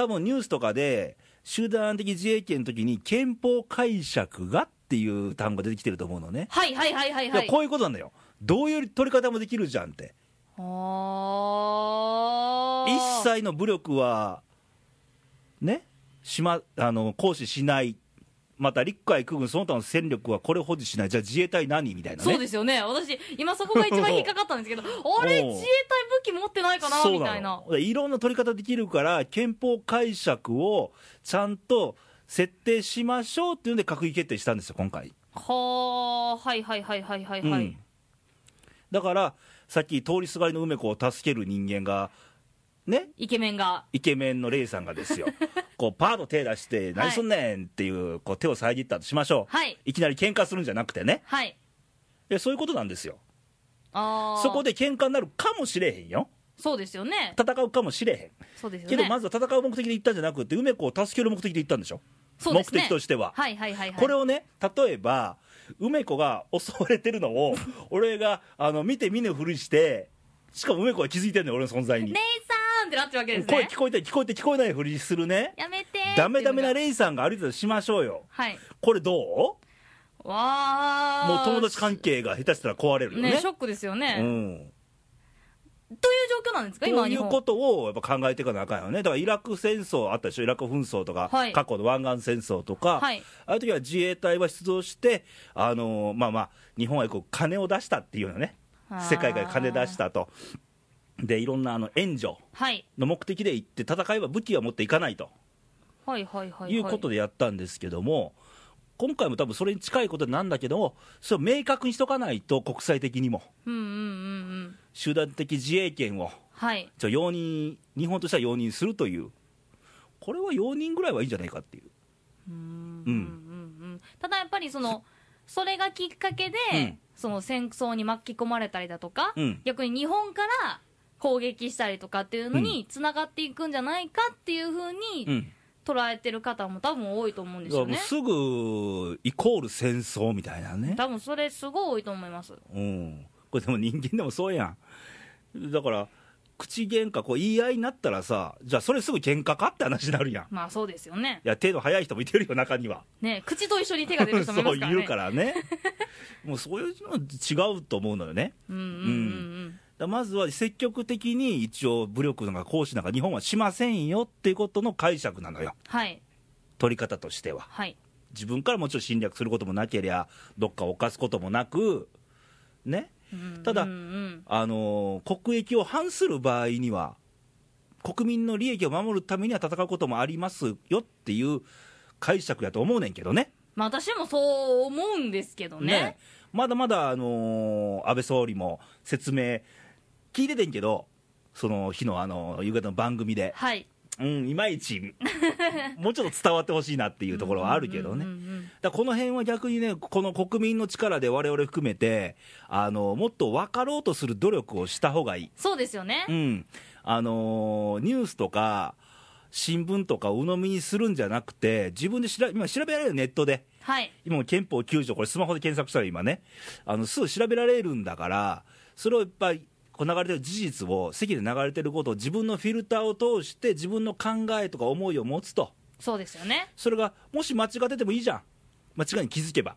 Speaker 1: 多分ニュースとかで、集団的自衛権の時に、憲法解釈がっていう単語出てきてると思うのね、
Speaker 2: はいはいはいはい
Speaker 1: だか
Speaker 2: は
Speaker 1: ら
Speaker 2: い
Speaker 1: こういうことなんだよ、どういう取り方もできるじゃんって、
Speaker 2: は
Speaker 1: 一切の武力は、ね、しまあの行使しない。また陸海空軍その他の戦力はこれを保持しない、じゃあ自衛隊何みたいなね、
Speaker 2: そうですよね私今そこが一番引っかかったんですけどあ
Speaker 1: [laughs]
Speaker 2: れ
Speaker 1: おう
Speaker 2: 自衛隊武器持ってないかな
Speaker 1: そう
Speaker 2: み
Speaker 1: の
Speaker 2: たいな
Speaker 1: だからいろんな取り方できるから、憲法解釈をちゃんと設定しましょうっていうんで、閣議決定したんですよ、今回。
Speaker 2: はあはいはいはいはいはいは
Speaker 1: う
Speaker 2: い
Speaker 1: んだから、さっき通りすがりの梅子を助ける人間が、ね、
Speaker 2: イケメンが
Speaker 1: イケメンのレイさんが
Speaker 2: [laughs]
Speaker 1: ですよ、こうパーッと手出して、何すんねんっていうこう手を遮ったとしましょう、
Speaker 2: はい
Speaker 1: いきなり喧嘩するんじゃなくてね、
Speaker 2: はい
Speaker 1: いやそういうことなんですよ、
Speaker 2: ああ
Speaker 1: そこで喧嘩になるかもしれへんよ、
Speaker 2: そうですよね
Speaker 1: 戦うかもしれへん、
Speaker 2: そうですよ
Speaker 1: け
Speaker 2: ね
Speaker 1: ど、まずは戦う目的で行ったんじゃなくて、梅子を助ける目的で行ったんでしょ。
Speaker 2: そうですね
Speaker 1: 目的としては
Speaker 2: はいはいはいはい
Speaker 1: これをね、例えば、梅子が襲われてるの
Speaker 2: [laughs]
Speaker 1: を、俺があの見て見ぬふりして、しかも梅子は気づいてんのよ、俺の存在
Speaker 2: レ
Speaker 1: に
Speaker 2: イ。さんってなってるわけです
Speaker 1: 声
Speaker 2: ね
Speaker 1: 聞こえて、聞こえて、聞こえないふりするね、
Speaker 2: やめて
Speaker 1: ダメダメな
Speaker 2: イ
Speaker 1: レイさんがあるとしましょうよ、
Speaker 2: はい
Speaker 1: これどう
Speaker 2: わあ
Speaker 1: もう友達関係が下手したら壊れるよね。
Speaker 2: ねショックですよ
Speaker 1: う
Speaker 2: ね
Speaker 1: ん、
Speaker 2: という状況なんですか今
Speaker 1: こう
Speaker 2: はい日
Speaker 1: う
Speaker 2: 本
Speaker 1: ことをやっぱ考えていかなあかんよね、だからイラク戦争あったでしょ、イラク紛争とか、
Speaker 2: はい
Speaker 1: 過去の湾岸戦争とか、
Speaker 2: はい
Speaker 1: ああいう時は自衛隊は出動して、あのーまあまあ、日本はこう金を出したっていうのね、
Speaker 2: あー
Speaker 1: 世界から金出したと、でいろんなあの援助
Speaker 2: はい
Speaker 1: の目的で行って、戦えば武器は持っていかないと
Speaker 2: はいはいはいはい
Speaker 1: いうことでやったんですけども、今回も多分それに近いことなんだけど、それを明確にしとかないと、国際的にも、
Speaker 2: うんうんうんうん
Speaker 1: 集団的自衛権を
Speaker 2: はい
Speaker 1: ちょ容認、日本としては容認するという、これは容認ぐらいはいいんじゃないかっていう。
Speaker 2: うんうんうんうんただやっぱりそのそれがきっかけで、
Speaker 1: うん
Speaker 2: その戦争に巻き込まれたりだとか、
Speaker 1: うん
Speaker 2: 逆に日本から攻撃したりとかっていうのにつながっていくんじゃないかっていうふう
Speaker 1: う
Speaker 2: に
Speaker 1: ん
Speaker 2: 捉えてる方も多分多いと思うんです
Speaker 1: だからもう
Speaker 2: よね。
Speaker 1: すぐイコール戦争みたいなね、
Speaker 2: 多分それすごい多いと思います。
Speaker 1: うん、これでも人間でもそうやんだから口喧嘩こう言い合いになったらさじゃあそれすぐ喧嘩かって話になるやんい
Speaker 2: まあそうですよね。
Speaker 1: や手の早い人もいてるよ中には
Speaker 2: ね口と一緒に手が出る人もいま
Speaker 1: そう
Speaker 2: すから
Speaker 1: 言う
Speaker 2: ね。
Speaker 1: からねもうそういうの違うと思うのよね
Speaker 2: うんうんうん
Speaker 1: だからまずは積極的に一応武力なんか行使なんか日本はしませんよっていうことの解釈なのよ
Speaker 2: はい
Speaker 1: 取り方としては
Speaker 2: はい
Speaker 1: 自分からもちろん侵略することもなけりゃどっか侵すこともなくね
Speaker 2: うん
Speaker 1: ただ
Speaker 2: うんうん
Speaker 1: あのー国益を反する場合には国民の利益を守るためには戦うこともありますよっていう解釈やと思うねんけどね
Speaker 2: まあ私もそう思うんですけどね。
Speaker 1: まだまだ、あのー安倍総理も説明聞いててんけどその日の、あのー夕方の番組で、
Speaker 2: はい。
Speaker 1: うん、いまいちもうちょっと伝わってほしいなっていうところはあるけどね
Speaker 2: うんうんうんうん
Speaker 1: だからこの辺は逆にね、この国民の力で我々含めて、あのもっと分かろうとする努力をした方がいい、
Speaker 2: そうですよね
Speaker 1: う。んあのニュースとか新聞とかを鵜呑みにするんじゃなくて、自分で調べ今、調べられるよネットで、
Speaker 2: はい。
Speaker 1: 今も憲法9条、これ、スマホで検索したら今ね、あのすぐ調べられるんだから、それをいっぱい。こう流れてる事実を、席で流れてることを自分のフィルターを通して、自分の考えとか思いを持つと、
Speaker 2: そうですよね。
Speaker 1: それがもし間違っててもいいじゃん、間違いに気づけば、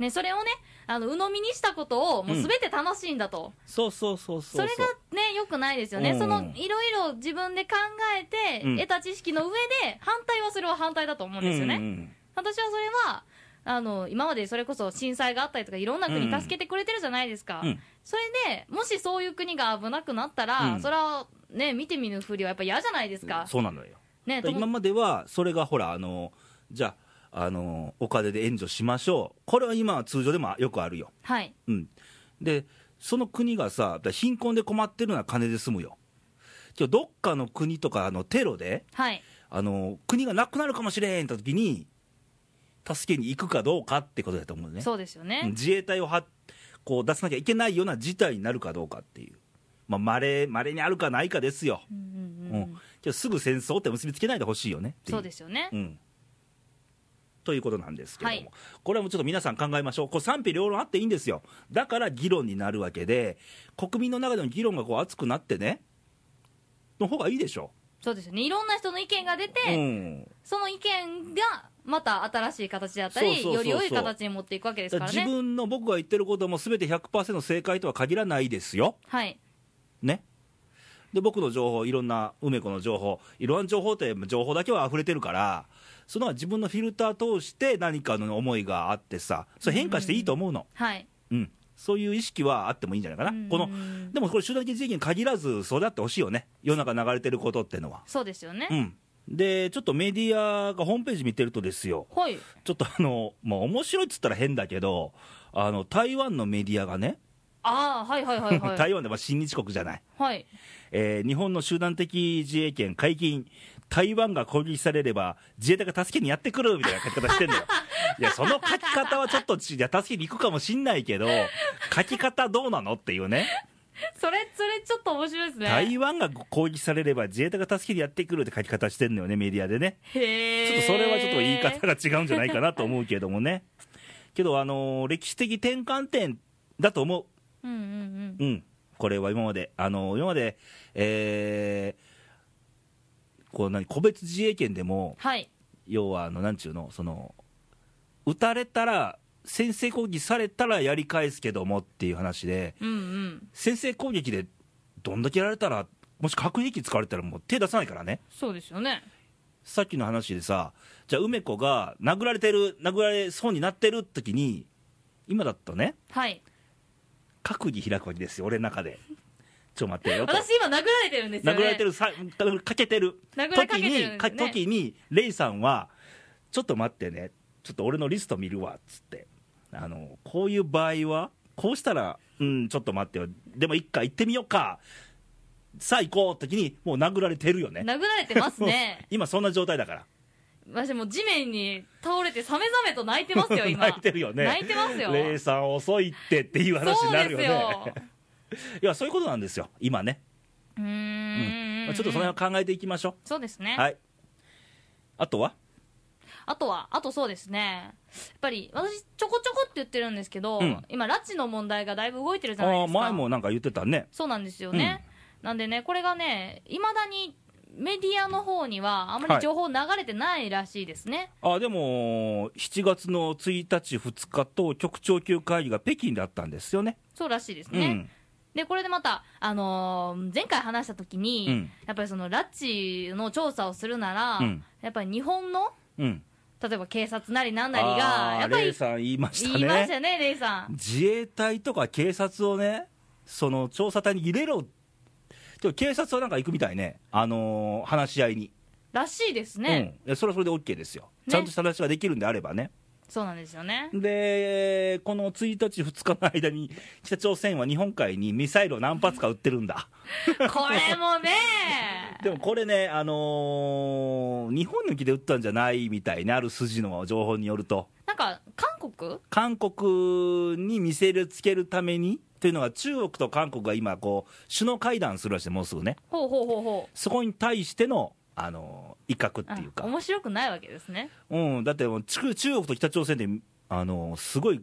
Speaker 2: ね、それをね、あの、鵜呑みにしたことを、もうすべて楽しいんだと。
Speaker 1: そうそうそう
Speaker 2: そ
Speaker 1: そう
Speaker 2: れがね、良くないですよね。
Speaker 1: うん
Speaker 2: その、いろいろ自分で考えて、
Speaker 1: うん
Speaker 2: 得た知識の上で、反対はそれは反対だと思うんですよね。
Speaker 1: うんうん
Speaker 2: 私はそれは、あの、今までそれこそ震災があったりとか、いろんな国助けてくれてるじゃないですか。
Speaker 1: うん
Speaker 2: それで、もしそういう国が危なくなった
Speaker 1: う
Speaker 2: ら、
Speaker 1: ん
Speaker 2: それはね、見て見ぬふりはやっぱ嫌じゃないですか。
Speaker 1: そうなのよだか
Speaker 2: ね、
Speaker 1: ら
Speaker 2: とも
Speaker 1: 今まではそれがほらあのじゃああのお金で援助しましょうこれは今は通常でもよくあるよ、
Speaker 2: はい。
Speaker 1: うん、でその国がさだから貧困で困ってるのは金で済むよじゃあどっかの国とかあのテロで
Speaker 2: はい。
Speaker 1: あの国がなくなるかもしれんって時に助けに行くかどうかってことだと思うね
Speaker 2: そうですよね。
Speaker 1: うん自衛隊をはこう出さなきゃいけないような事態になるかどうかっていうまあ稀稀にあるかないかですよ、
Speaker 2: うんうん
Speaker 1: う
Speaker 2: うんん、
Speaker 1: じゃあすぐ戦争って結びつけないでほしいよねってい
Speaker 2: そうですよね
Speaker 1: う。ん、ということなんですけども、
Speaker 2: はい
Speaker 1: これはもうちょっと皆さん考えましょう、こう賛否両論あっていいんですよ、だから議論になるわけで、国民の中での議論がこう熱くなってね、の方がいいでしょ、
Speaker 2: そうですよね。いろんな人の意見が出て、
Speaker 1: うん、
Speaker 2: その意見がまた新しい形であったり
Speaker 1: そうそうそうそう
Speaker 2: より良い形に持っていくわけです
Speaker 1: だ
Speaker 2: か
Speaker 1: から
Speaker 2: ら
Speaker 1: 自
Speaker 2: ね。
Speaker 1: 分の僕が言ってることもすべて100%正解とは限らないですよ、
Speaker 2: はい。
Speaker 1: ね。で僕の情報、いろんな梅子の情報、いろんな情報って、情報だけは溢れてるから、そのは自分のフィルター通して何かの思いがあってさ、それ変化していいと思うの、
Speaker 2: はい。
Speaker 1: うん、そういう意識はあってもいいんじゃないか
Speaker 2: うん
Speaker 1: な、このでもこれ、集団的自衛権に限らず、そうだってほしいよね、世の中流れてることってのは。
Speaker 2: そうですよね。
Speaker 1: うん、で、ちょっとメディアがホームページ見てるとですよ、
Speaker 2: はい。
Speaker 1: ちょっとあの、まあ、面白いっつったら変だけど、あの台湾のメディアがね、
Speaker 2: ああ、はいはいは
Speaker 1: [laughs]
Speaker 2: いはい。
Speaker 1: 台湾でまあ親日国じゃない、
Speaker 2: はい。
Speaker 1: えー日本の集団的自衛権解禁、台湾が攻撃されれば、自衛隊が助けにやってくるみたいな書き方してんのよ。いや、その書き方はちょっとち、いや、助けに行くかもしんないけど、書き方どうなのっていうね。
Speaker 2: それ、それちょっと面白いですね。
Speaker 1: 台湾が攻撃されれば自衛隊が助けにやってくるって書き方してんのよね、メディアでね。
Speaker 2: へえ。
Speaker 1: ちょっとそれはちょっと言い方が違うんじゃないかなと思うけどもね。けど、あのー歴史的転換点だと思
Speaker 2: うんうんうん。
Speaker 1: う。うん。これは今まで、あのー今まで、えーこう何、個別自衛権でも、
Speaker 2: はい。
Speaker 1: 要は、あの、なんちゅうの、その、撃たれたら、先制攻撃されたらやり返すけどもっていう話で、
Speaker 2: うんうん。
Speaker 1: 先制攻撃でどんだけやられたら、もし核兵器使われたらもう手出さないからね、
Speaker 2: そうですよね。
Speaker 1: さっきの話でさ、じゃあ、梅子が殴られてる、殴られそうになってる時に、今だとね、
Speaker 2: はい。
Speaker 1: 閣議開くわけですよ、俺の中で。ちょっと待ってよと。
Speaker 2: 私今殴られてるんですよね。
Speaker 1: 殴られてるさ、かけてる
Speaker 2: 殴られかけ
Speaker 1: 時
Speaker 2: てるんですよね
Speaker 1: に、か時に、レイさんは、ちょっと待ってね、ちょっと俺のリスト見るわっつって、あのこういう場合は、こうしたら、うん、ちょっと待ってよ、でも一回行ってみようか、さあ行こうって時に、もう殴られてるよね、
Speaker 2: 殴られてますね
Speaker 1: [laughs] 。今、そんな状態だから、
Speaker 2: 私もう地面に倒れてさめざめと泣いてますよ今
Speaker 1: 泣いてるよね
Speaker 2: 泣いてますよ
Speaker 1: レイさん遅いってっていう話になるよねいやそういうことなんですよ今ね、
Speaker 2: うーん、
Speaker 1: まあちょっとその辺を考えていきましょ
Speaker 2: そうですね、
Speaker 1: うはいあとは
Speaker 2: あとはあとそうですねやっぱり私ちょこちょこって言ってるんですけど、
Speaker 1: うん
Speaker 2: 今拉致の問題がだいぶ動いてるじ
Speaker 1: あ
Speaker 2: ゃない
Speaker 1: あ
Speaker 2: ですか
Speaker 1: 前もなんか言ってたね
Speaker 2: そうなんですよね、なんでねこれがねいまだにメディアの方にはあまり情報流れてないらしいですね、
Speaker 1: あでも7月の1日2日と局長級会議が北京だったんですよね
Speaker 2: そうらしいですね、でこれでまた、あのー前回話した時に、
Speaker 1: うん
Speaker 2: やっぱりその拉致の調査をするなら、
Speaker 1: うん
Speaker 2: やっぱり日本の
Speaker 1: うんうん
Speaker 2: 例えば警察なりなんなりが
Speaker 1: あー
Speaker 2: やっぱ
Speaker 1: レ
Speaker 2: り
Speaker 1: イさん言いました
Speaker 2: 言いました
Speaker 1: ね
Speaker 2: よねレイさん
Speaker 1: 自衛隊とか警察をねその調査隊に入れろでも警察はなんか行くみたいね、あのー話し合いに、
Speaker 2: らしいですね、
Speaker 1: うんいや、それはそれで OK ですよ、
Speaker 2: ね
Speaker 1: ちゃんとした話ができるんであればね、
Speaker 2: そうなんですよね
Speaker 1: で、この1日、2日の間に、北朝鮮は日本海にミサイルを何発か撃ってるんだ、
Speaker 2: これも
Speaker 1: [laughs]
Speaker 2: ね
Speaker 1: でもこれね、あのー日本抜きで撃ったんじゃないみたいね、ある筋の情報によると、
Speaker 2: なんか韓国
Speaker 1: 韓国に見せるつけるためにというのが、中国と韓国が今こう、首脳会談するらしい、もうすぐね、
Speaker 2: ほうほうほうほう
Speaker 1: そこに対しての、あのー威嚇っていう
Speaker 2: あ
Speaker 1: か、
Speaker 2: 面白くないわけですね
Speaker 1: うん、だってもう中中国と北朝鮮で、あのすごい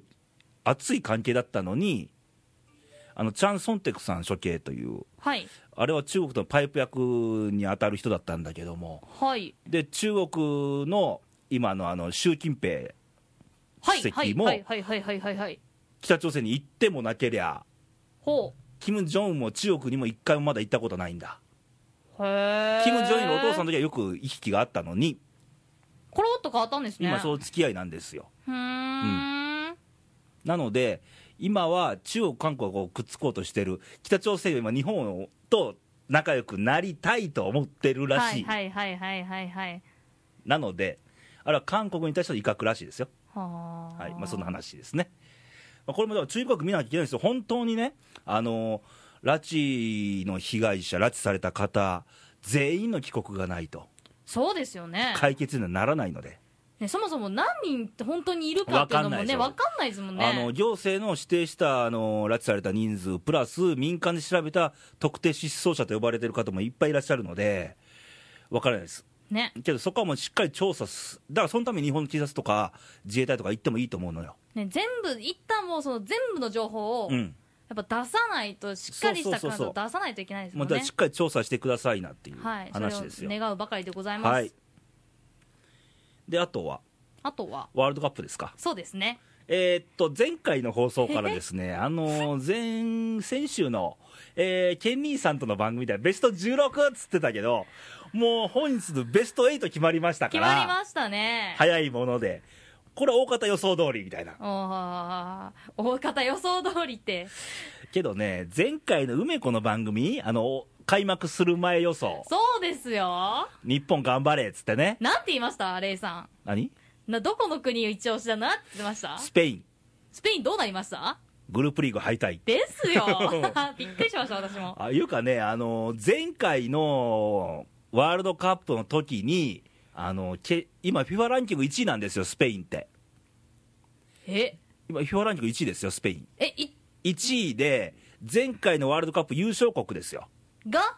Speaker 1: 熱い関係だったのに、あのチャン・ソンテクさん処刑という、
Speaker 2: はい
Speaker 1: あれは中国とのパイプ役に当たる人だったんだけども、
Speaker 2: はい
Speaker 1: で中国の今のあの習近平、
Speaker 2: はい
Speaker 1: 席
Speaker 2: はい
Speaker 1: も
Speaker 2: はいはいはいはいはいはい
Speaker 1: 北朝鮮に行ってもなけりゃ、
Speaker 2: ほ
Speaker 1: キム・ジョンウンも中国にも一回もまだ行ったことないんだ、
Speaker 2: うへえ
Speaker 1: キム・ジョンウンのお父さんの時はよく行き来があったのに、
Speaker 2: コロッと変わったんですね
Speaker 1: 今、そう付き合いなんですよ。
Speaker 2: ふーん、
Speaker 1: なので、今は中国、韓国をこうくっつこうとしてる、北朝鮮は今、日本と仲良くなりたいと思ってるらしい、
Speaker 2: はいはいはいはいはいはい
Speaker 1: なので、あれは韓国に対しての威嚇らしいですよ、
Speaker 2: はあ
Speaker 1: はいまあ、そんな話ですね。まあこれもだから注意深く見なきゃいけないんですよ、本当にね、あの拉致の被害者、拉致された方、全員の帰国がないと、
Speaker 2: そうですよね
Speaker 1: 解決にはならないので、
Speaker 2: ねそもそも何人って本当にいるかっていうのもね
Speaker 1: わ
Speaker 2: わ
Speaker 1: か
Speaker 2: かんないですもんね
Speaker 1: あの行政の指定したあの拉致された人数、プラス民間で調べた特定失踪者と呼ばれている方もいっぱいいらっしゃるので、分からないです、
Speaker 2: ね
Speaker 1: けどそこはもうしっかり調査す、だからそのために日本の警察とか自衛隊とか行ってもいいと思うのよ。
Speaker 2: ね全部一旦もうその全部の情報を
Speaker 1: う
Speaker 2: や
Speaker 1: ん
Speaker 2: っぱ出さないとしっかりした
Speaker 1: そう
Speaker 2: 感
Speaker 1: そうそう
Speaker 2: 想
Speaker 1: そ
Speaker 2: を
Speaker 1: う
Speaker 2: 出さないといけないです
Speaker 1: も
Speaker 2: も
Speaker 1: うんだか
Speaker 2: ね
Speaker 1: らしっかり調査してくださいなっていう
Speaker 2: はい
Speaker 1: 話です
Speaker 2: そ
Speaker 1: よ。
Speaker 2: れを願うばかりでございます、
Speaker 1: はい、であとは、
Speaker 2: あとは
Speaker 1: ワールドカップですか、
Speaker 2: そうですね
Speaker 1: えーっと前回の放送からですね、あのー前先週の、えーケンニーさんとの番組ではベスト16っつってたけど、もう本日のベスト8決まりましたか
Speaker 2: 決
Speaker 1: ら、
Speaker 2: まりましたね
Speaker 1: 早いもので、これは大方予想通りみたいな、
Speaker 2: おー大方予想通りって
Speaker 1: けどね、前回の梅子の番組、あの開幕する前予想、
Speaker 2: そうですよ
Speaker 1: 日本頑張れっつってね、
Speaker 2: なんて言いましたレイさ
Speaker 1: 何
Speaker 2: んなどこの国を一押しだなって言ってました
Speaker 1: スペイン、
Speaker 2: スペインどうなりました
Speaker 1: グループリーグ敗退。
Speaker 2: で
Speaker 1: [laughs]
Speaker 2: すよびっくりしました私も
Speaker 1: あいうかね、あの前回のワールドカップの時にあのけ今、FIFA ランキング1位なんですよ、スペインって。
Speaker 2: え
Speaker 1: 今、FIFA ランキング1位ですよ、スペイン。
Speaker 2: えい
Speaker 1: 1位で、前回のワールドカップ優勝国ですよ。
Speaker 2: が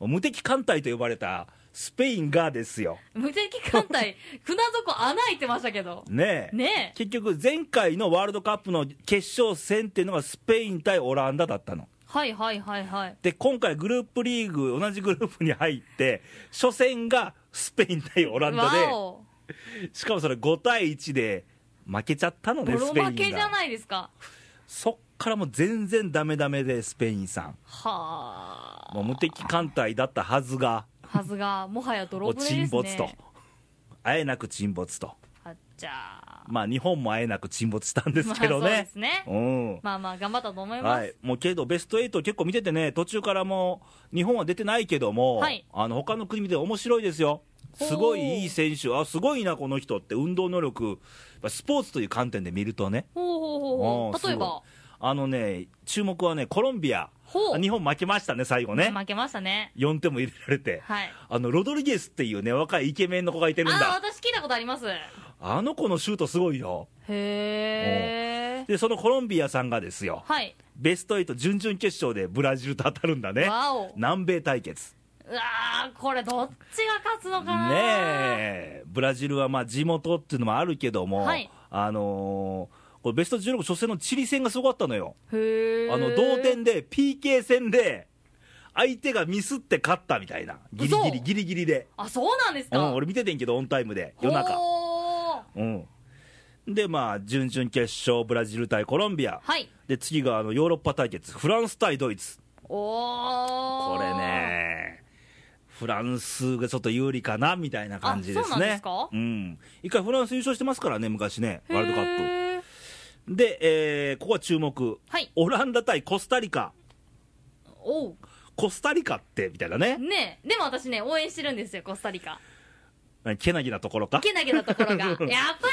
Speaker 1: 無敵艦隊と呼ばれたスペインがですよ。
Speaker 2: 無敵艦隊船底穴開いてましたけど
Speaker 1: ねえ。
Speaker 2: ねえ
Speaker 1: 結局、前回のワールドカップの決勝戦っていうのがスペイン対オランダだったの。
Speaker 2: はいはいはいはい
Speaker 1: で、今回グループリーグ、同じグループに入って、初戦がスペイン対オランダで。
Speaker 2: わお
Speaker 1: しかもそれ5対1で負けちゃったの
Speaker 2: ボ
Speaker 1: ね、ス
Speaker 2: ロ
Speaker 1: ペイ
Speaker 2: 負け
Speaker 1: ン
Speaker 2: じゃ
Speaker 1: が。
Speaker 2: ないですか
Speaker 1: そっからもう全然ダメダメで、スペインさん。
Speaker 2: はあ
Speaker 1: もう無敵艦隊だったはずが、
Speaker 2: はずがもはや
Speaker 1: も
Speaker 2: 泥
Speaker 1: う
Speaker 2: 船です
Speaker 1: 沈
Speaker 2: ね
Speaker 1: 没と。あえなく沈没と。
Speaker 2: あじゃあ
Speaker 1: まあ日本もあえなく沈没したんです
Speaker 2: まあ
Speaker 1: け
Speaker 2: そ
Speaker 1: ど
Speaker 2: うで
Speaker 1: ね。
Speaker 2: すね
Speaker 1: うん。
Speaker 2: まあまあ頑張ったと思います、
Speaker 1: はい、もうけど、ベスト8結構見ててね、途中からもう日本は出てないけども、
Speaker 2: はい
Speaker 1: あの他の国見て面白いですよ、
Speaker 2: ほう
Speaker 1: すごいいい選手、あすごいな、この人って、運動能力、やっぱスポーツという観点で見るとね、
Speaker 2: ほうほうほうほ
Speaker 1: あ
Speaker 2: う
Speaker 1: ー
Speaker 2: 例
Speaker 1: す
Speaker 2: えば
Speaker 1: ごいあのね、注目はね、コロンビア、
Speaker 2: ほう
Speaker 1: 日本負けましたね、最後ね、
Speaker 2: 負けましたね
Speaker 1: 4点も入れられて、
Speaker 2: はい
Speaker 1: あのロドリゲスっていうね、若いイケメンの子がいてるん
Speaker 2: ああ
Speaker 1: だ、
Speaker 2: 私聞いたことありますへ
Speaker 1: あの子のシュート、すごいよ。
Speaker 2: え
Speaker 1: でそのコロンビアさんがですよ、
Speaker 2: はい
Speaker 1: ベスト8準々決勝でブラジルと当たるんだね、
Speaker 2: わお
Speaker 1: 南米対決、
Speaker 2: うわーこれどっちが勝つのか
Speaker 1: ね
Speaker 2: な
Speaker 1: え、ブラジルはまあ地元っていうのもあるけども、
Speaker 2: はい
Speaker 1: あのーこれベスト16初戦のチリ戦がすごかったのよ、
Speaker 2: へえ
Speaker 1: あの同点で PK 戦で、相手がミスって勝ったみたいな、ギリギリ、
Speaker 2: 嘘
Speaker 1: ギリギリで、
Speaker 2: あそうなんです
Speaker 1: う
Speaker 2: か、
Speaker 1: ん、俺見ててんけど、オンタイムで、夜中。
Speaker 2: ほー
Speaker 1: うん、で、まあ、準々決勝、ブラジル対コロンビア、
Speaker 2: はい
Speaker 1: で次があのヨーロッパ対決、フランス対ドイツ。
Speaker 2: おお
Speaker 1: これね、フランスがちょっと有利かなみたいな感じですね。
Speaker 2: あそうなんですか
Speaker 1: うん一回フランス優勝してますからね、昔ね、ワールドカッ
Speaker 2: ップ
Speaker 1: プ。で、えーここは注目、
Speaker 2: はい
Speaker 1: オランダ対コスタリカ、
Speaker 2: おう
Speaker 1: コスタリカってみたいなね、
Speaker 2: ねえでも私ね応援してるんですよコスタリカ
Speaker 1: けなぎなところか。
Speaker 2: けなげなと
Speaker 1: [laughs]
Speaker 2: ころがやっぱ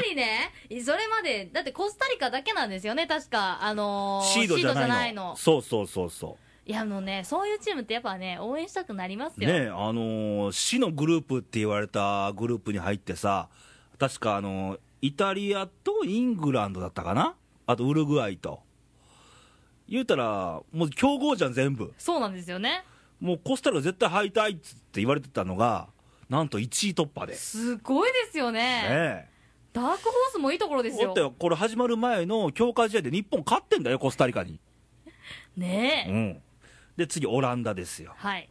Speaker 2: りねそれまでだってコスタリカだけなんですよね確かあのー
Speaker 1: シードじゃないのそうそうそうそ
Speaker 2: いやあのねそういうチームってやっぱね応援したくなります
Speaker 1: う、
Speaker 2: よ、
Speaker 1: ねえあのー死のグループって言われたグループに入ってさ、確か、あのーイタリアとイングランドだったかな、あとウルグアイと、言うたら、もう強豪じゃん、全部、
Speaker 2: そうなんですよね
Speaker 1: もうコスタリカ絶対敗退っつって言われてたのが、なんと1位突破で、ね
Speaker 2: すごいですよね
Speaker 1: え
Speaker 2: ダークホースもいいところです
Speaker 1: だっ
Speaker 2: よ
Speaker 1: てこれ始まる前の強化試合で日本勝ってんだよ、コスタリカに。
Speaker 2: ねえ、
Speaker 1: うん、で、次、オランダですよ、
Speaker 2: はい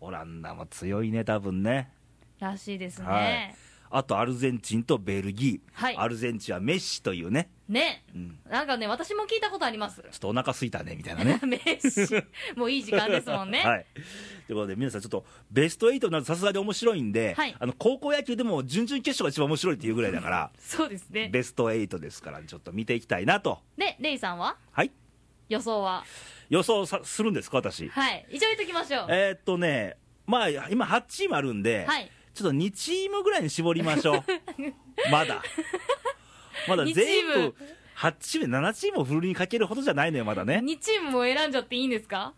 Speaker 1: オランダも強いね、多分ね。
Speaker 2: らしいですね、
Speaker 1: はいあとアルゼンチンとベルギー、
Speaker 2: はい
Speaker 1: アルゼンチンはメッシというね、
Speaker 2: ね、
Speaker 1: うん
Speaker 2: なんかね私も聞いたことあります。
Speaker 1: ちょっとお腹すいたねみたいなね
Speaker 2: [laughs] メッシもういい時間ですもんね、
Speaker 1: はい、ということで、皆さん、ちょっとベスト8になるとさすがに面白いんで、
Speaker 2: はい
Speaker 1: あの高校野球でも準々決勝が一番面白いっていうぐらいだから、
Speaker 2: そうです [laughs] ね
Speaker 1: ベスト8ですから、ちょっと見ていきたいなと、
Speaker 2: でレイさんは
Speaker 1: はい、
Speaker 2: 予想は
Speaker 1: 予想さするんですか、私。
Speaker 2: はい一応言っときましょう
Speaker 1: えーっとね、まあ、今、8チームあるんで、
Speaker 2: はい
Speaker 1: ちょっと2チームぐらいに絞りま
Speaker 2: [laughs]
Speaker 1: しょう、まだ。まだ
Speaker 2: 二チー
Speaker 1: 全
Speaker 2: ム
Speaker 1: 部、8チーム、7チームをふるいにかけるほどじゃないのよ、まだね。
Speaker 2: 2チームも選んじゃっていいんですか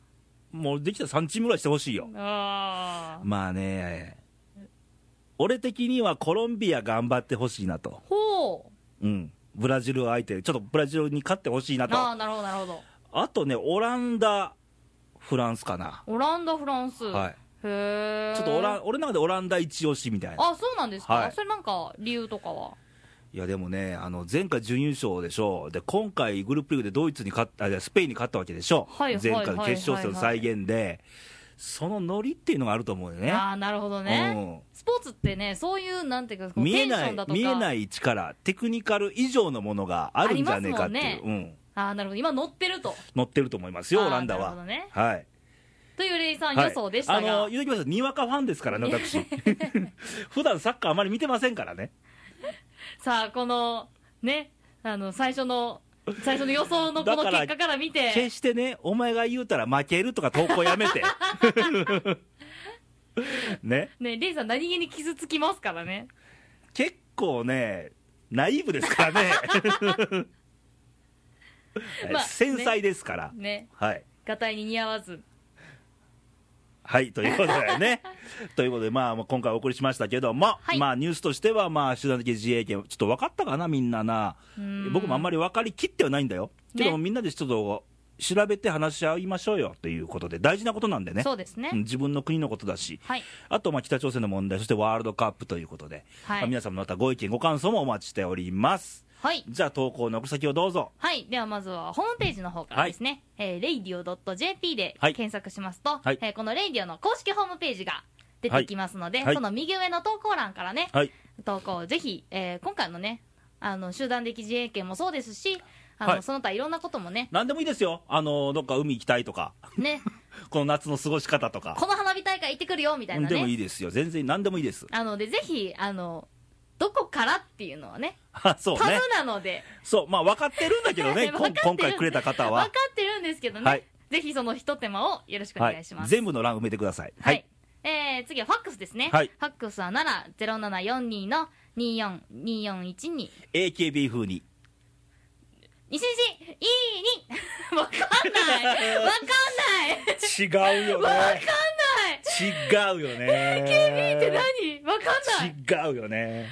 Speaker 1: もうできたら3チームぐらいしてほしいよ。
Speaker 2: ああ
Speaker 1: まあね、俺的にはコロンビア頑張ってほしいなと、
Speaker 2: ほう
Speaker 1: うん、ブラジルを相手に、ちょっとブラジルに勝ってほしいなと、
Speaker 2: ああ
Speaker 1: あ
Speaker 2: なるほどなるほど
Speaker 1: とね、オランダ、フランスかな、
Speaker 2: オランダフランス、
Speaker 1: はい
Speaker 2: へえ
Speaker 1: ちょっとオラン俺の中でオランダ一押しみたいな、
Speaker 2: あそうなんですか、
Speaker 1: はい
Speaker 2: それなんか理由とかはい
Speaker 1: やでもね、あの前回準優勝でしょ、で今回、グループリーグでドイツに勝った、あじゃあスペインに勝ったわけでしょ、
Speaker 2: はいはい
Speaker 1: 前
Speaker 2: はい
Speaker 1: 回の決勝戦の再現で、そのノリっていうのがあると思うよね。
Speaker 2: ああなるほどねスポーツってねそういうなんていうかこ
Speaker 1: う
Speaker 2: うん
Speaker 1: 見え
Speaker 2: テンシ
Speaker 1: な
Speaker 2: ョン
Speaker 1: い
Speaker 2: だとか
Speaker 1: 見えない力、テクニカル以上のものがあるんじゃねえかっていう、
Speaker 2: あります
Speaker 1: うん、
Speaker 2: ああなるほど今乗ってると
Speaker 1: 乗ってると思いますよ、
Speaker 2: あー
Speaker 1: オランダ
Speaker 2: な
Speaker 1: は
Speaker 2: る。ほどね
Speaker 1: はい
Speaker 2: というレイさん
Speaker 1: はい
Speaker 2: 予想でしたが、
Speaker 1: あの言うときますにわかファンですからね、私、 [laughs] 普段サッカーあまり見てませんからね、
Speaker 2: さあこのねあの最
Speaker 1: [laughs]
Speaker 2: 初の最初の予想の
Speaker 1: だ
Speaker 2: この
Speaker 1: から
Speaker 2: 結果から見て
Speaker 1: 決してね、お前が言うたら負けるとか投稿や
Speaker 2: [laughs]
Speaker 1: めて、ね、
Speaker 2: ねレイさん何気に傷つきますからね
Speaker 1: 結構ね、ナイーブですからね、はい
Speaker 2: [laughs] まあ
Speaker 1: 繊細ですから、
Speaker 2: ね
Speaker 1: はい、
Speaker 2: がたいに似合わず
Speaker 1: はい、ということで
Speaker 2: [laughs]
Speaker 1: ね。ということで、まあ、今回お送りしましたけども、
Speaker 2: はい
Speaker 1: まあ、ニュースとしては、まあ、集団的自衛権、ちょっと分かったかな、みんなな
Speaker 2: う。ーん
Speaker 1: 僕もあんまり分かりきってはないんだよ。けども、
Speaker 2: ね
Speaker 1: みんなでちょっと調べて話し合いましょうよということで、大事なことなんでね。
Speaker 2: そうですね
Speaker 1: うん自分の国のことだし、
Speaker 2: はい
Speaker 1: あとまあ北朝鮮の問題、そしてワールドカップということで、
Speaker 2: はい
Speaker 1: まあ皆さんもまたご意見、ご感想もお待ちしております。
Speaker 2: はい
Speaker 1: じゃあ、投稿の送先をどうぞ。
Speaker 2: はい。では、まずはホームページの方からですね、えー、radio.jp で
Speaker 1: はい
Speaker 2: 検索しますと、
Speaker 1: はい
Speaker 2: えーこの radio の公式ホームページが出てきますので、
Speaker 1: はいはい
Speaker 2: その右上の投稿欄からね、
Speaker 1: はい。
Speaker 2: 投稿をぜひ、えー今回のね、あの、集団的自衛権もそうですし、あの、
Speaker 1: はい
Speaker 2: その他いろんなこと
Speaker 1: [laughs]
Speaker 2: もね、
Speaker 1: 何でもいいですよ。あの、どっか海行きたいとか、
Speaker 2: ね、
Speaker 1: この夏の過ごし方とか。
Speaker 2: この花火大会行ってくるよ、みたいな
Speaker 1: でもい
Speaker 2: ね。
Speaker 1: いですよ。全然何でもいいです。
Speaker 2: なので、ぜひ、あの、どこからっていうのはね、
Speaker 1: あそう
Speaker 2: タブ
Speaker 1: ね、
Speaker 2: なので、
Speaker 1: そう、まあ分かってるんだけどね、
Speaker 2: [laughs] 分
Speaker 1: こ
Speaker 2: かっ
Speaker 1: ん
Speaker 2: てる
Speaker 1: 今回くれた方
Speaker 2: 分
Speaker 1: は
Speaker 2: か、ってるんですけどね、
Speaker 1: はい
Speaker 2: ぜひその一手間をよろしくお
Speaker 1: は
Speaker 2: 願い
Speaker 1: い
Speaker 2: します。
Speaker 1: 全部の欄埋めてください。
Speaker 2: は
Speaker 1: はいい、、
Speaker 2: えー次はファックスですね、
Speaker 1: はい
Speaker 2: ファックスは70742の24241に
Speaker 1: AKB 風に、
Speaker 2: 西西、いいに、 [laughs] わかんない。わかんな
Speaker 1: 違
Speaker 2: い。
Speaker 1: うよ
Speaker 2: わかんない
Speaker 1: ね。。違うよね。
Speaker 2: AKB って何わかんない。
Speaker 1: 違うよね。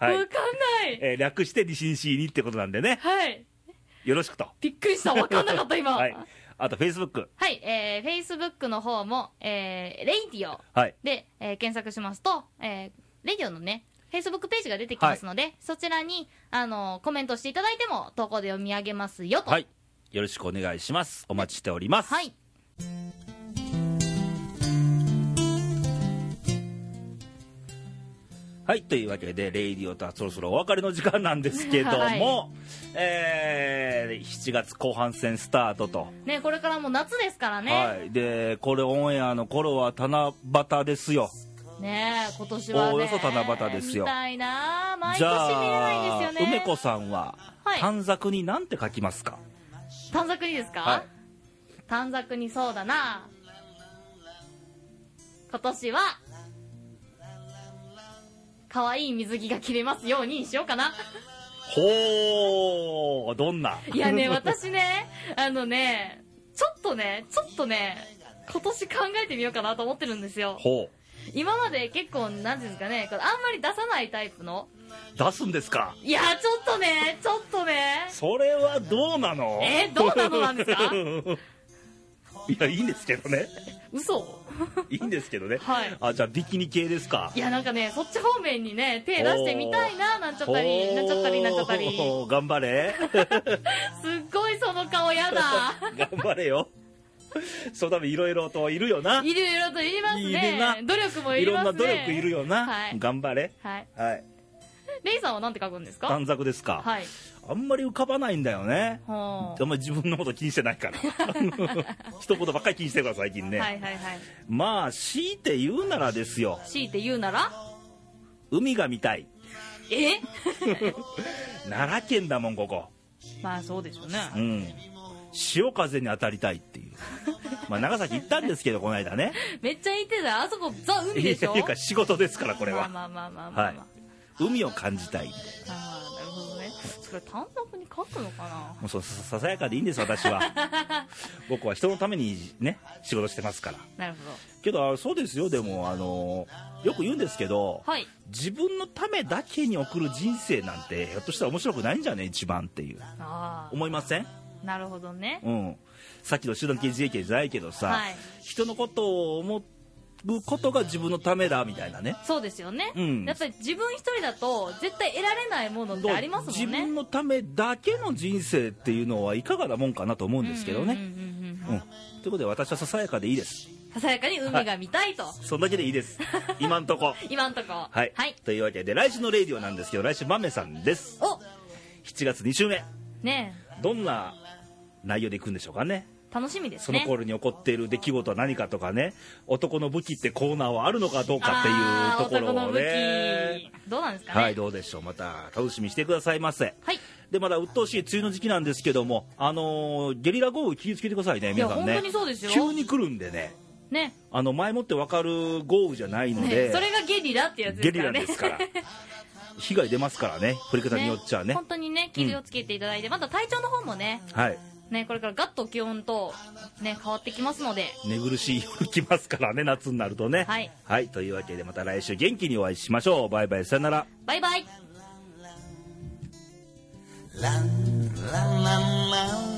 Speaker 2: わ
Speaker 1: はい
Speaker 2: かん。ない。
Speaker 1: えー略して西西にってことなんでね。
Speaker 2: はい。
Speaker 1: よろしくと。
Speaker 2: びっくりした。わかんなかった、今。
Speaker 1: はい。あと、Facebook。
Speaker 2: はい、えー、Facebook の方も、えー、レイディオ
Speaker 1: はい。
Speaker 2: で、えー検索しますと、えー、レディオのね、Facebook ページが出てきますので、そちらに、あのーコメントしていただいても、投稿で読み上げますよと。
Speaker 1: はい。よろしくお願いします。お待ちしております。
Speaker 2: はい。
Speaker 1: はい、というわけで、レイディオとはそろそろお別れの時間なんですけども、
Speaker 2: は
Speaker 1: えー7月後半戦スタートと、
Speaker 2: ね、これからもう夏ですからね。
Speaker 1: はい、でこれオンエアの頃は七夕ですよ、
Speaker 2: ねえ今年はね。
Speaker 1: おおよそ七夕ですよ
Speaker 2: 見たいなあ毎
Speaker 1: じ
Speaker 2: 年
Speaker 1: ゃ
Speaker 2: 見れないんで
Speaker 1: あ、
Speaker 2: すよね。
Speaker 1: 梅子さんは、
Speaker 2: はい
Speaker 1: 短冊に何て書きますか、
Speaker 2: 短冊にですか、
Speaker 1: はい
Speaker 2: 短冊にそうだな今年は可愛い水着が着れますようにしようかな
Speaker 1: ほー、どんない
Speaker 2: やね私ねあのねちょっとねちょっとね今年考えてみようかなと思ってるんですよ
Speaker 1: ほ
Speaker 2: 今まで結構なんていうんですかねこれあんまり出さないタイプの
Speaker 1: う、出すんですか、
Speaker 2: いやちょっとねちょっとね
Speaker 1: それはどうなの
Speaker 2: えーどうなのなんです
Speaker 1: [laughs]
Speaker 2: か
Speaker 1: いや、いいんですけどね、
Speaker 2: 嘘
Speaker 1: いいんですけどね、
Speaker 2: はい
Speaker 1: あじゃあ、ビキニ系ですか
Speaker 2: い。やなんかねそっち方面にね手出してみたいななんちゃったりなんちゃったりなんちゃったりすっ
Speaker 1: ほー頑張
Speaker 2: [laughs]
Speaker 1: れ
Speaker 2: ごいその顔や
Speaker 1: [laughs]
Speaker 2: だ
Speaker 1: 頑張れよそのためいろいろといるよない
Speaker 2: ろいろといります
Speaker 1: いるな
Speaker 2: ね努力も
Speaker 1: い
Speaker 2: いり
Speaker 1: ろんな
Speaker 2: ますね
Speaker 1: 努力いるよな、
Speaker 2: はい
Speaker 1: 頑張れ
Speaker 2: はい
Speaker 1: はい
Speaker 2: レイさんはなんて書くんですか
Speaker 1: 短冊ですか、
Speaker 2: はい
Speaker 1: あんまり浮かばないんだよね
Speaker 2: ほ
Speaker 1: あんまり自分のこと気にしてない
Speaker 2: [laughs]
Speaker 1: から一言ばっかり気にしてるから最近
Speaker 2: う
Speaker 1: ね、
Speaker 2: はいはいはい
Speaker 1: まあ強いて言うならですよ
Speaker 2: 強いて言うなら
Speaker 1: 海が見たい
Speaker 2: え
Speaker 1: 奈良県だもんここ
Speaker 2: まあそうでしょうね
Speaker 1: うん潮風に当たりたいって
Speaker 2: [laughs]
Speaker 1: いうまあ長崎行ったんですけどこの間ね
Speaker 2: めっちゃ言ってたよあそこザ海でしょ
Speaker 1: いやいや仕事ですからこれは、
Speaker 2: まあまあまあまあまあ、
Speaker 1: はい
Speaker 2: まあ、
Speaker 1: 海を感じたい
Speaker 2: あーなるほどねそれ短冊に書くのかな
Speaker 1: もうそうさささやかでいいんです私
Speaker 2: [laughs]
Speaker 1: は僕は人のためにね仕事してますから
Speaker 2: なるほ
Speaker 1: けどあそうですよでもあのよく言うんですけど、
Speaker 2: どはい
Speaker 1: 自分のためだけに送る人生なんてひょっとしたら面白くないんじゃね一番っていう
Speaker 2: あ
Speaker 1: 思いません
Speaker 2: あなるほどね
Speaker 1: うんさっきの集団刑事事件じゃないけどさ、
Speaker 2: はい
Speaker 1: 人のことを思うことが自分のためだみたいなね
Speaker 2: そうですよね、
Speaker 1: うん
Speaker 2: やっぱり自分一人だと絶対得られないものってありますも
Speaker 1: 自
Speaker 2: んね
Speaker 1: 分のためだけの人生っていうのはいかがなもんかなと思うんですけどね、
Speaker 2: うんうんうん
Speaker 1: うん、ということで私はささやかでいいです
Speaker 2: うんささやかに海が見たいと、
Speaker 1: そんだけでいい
Speaker 2: [laughs]
Speaker 1: です今んとこ
Speaker 2: 今んとこ
Speaker 1: はい、
Speaker 2: はい、
Speaker 1: というわけで来週の「レイディオ」なんですけど来週まめさんです
Speaker 2: お
Speaker 1: 7月2週目
Speaker 2: ね
Speaker 1: どんな内容でいくんでしょうかね
Speaker 2: え楽しみです
Speaker 1: その
Speaker 2: ね
Speaker 1: 頃に起こっている出来事は何かとかね男の武器ってコーナーはあるのかどうか
Speaker 2: あ
Speaker 1: っていうところ
Speaker 2: ー男
Speaker 1: を
Speaker 2: の武
Speaker 1: ね
Speaker 2: 器どうなんですかね
Speaker 1: はいどうでしょうまた楽しみにしてくださいませ
Speaker 2: はい
Speaker 1: でまだ鬱陶しい梅雨の時期なんですけどもあのーゲリラ豪雨気をつけてくださいね
Speaker 2: いや
Speaker 1: 皆さん
Speaker 2: 本
Speaker 1: ね
Speaker 2: 当にそうですよ
Speaker 1: 急に来るんでね
Speaker 2: ね
Speaker 1: あの前もって分かる豪雨じゃないの
Speaker 2: ね
Speaker 1: で、
Speaker 2: それがゲリラってやつ
Speaker 1: ゲ
Speaker 2: です
Speaker 1: リ
Speaker 2: から
Speaker 1: ラ
Speaker 2: ね
Speaker 1: です
Speaker 2: [laughs]
Speaker 1: から被害出ますからね降り方によっちゃね
Speaker 2: 本当にね気をつけていただいて、また体調の方もね
Speaker 1: はい
Speaker 2: ねこれからガッと気温とね変わってきますので
Speaker 1: 寝苦しい夜来ますからね夏になるとね
Speaker 2: はい、
Speaker 1: というわけでまた来週元気にお会いしましょうバイバイさよなら
Speaker 2: バイバイ
Speaker 3: La la la la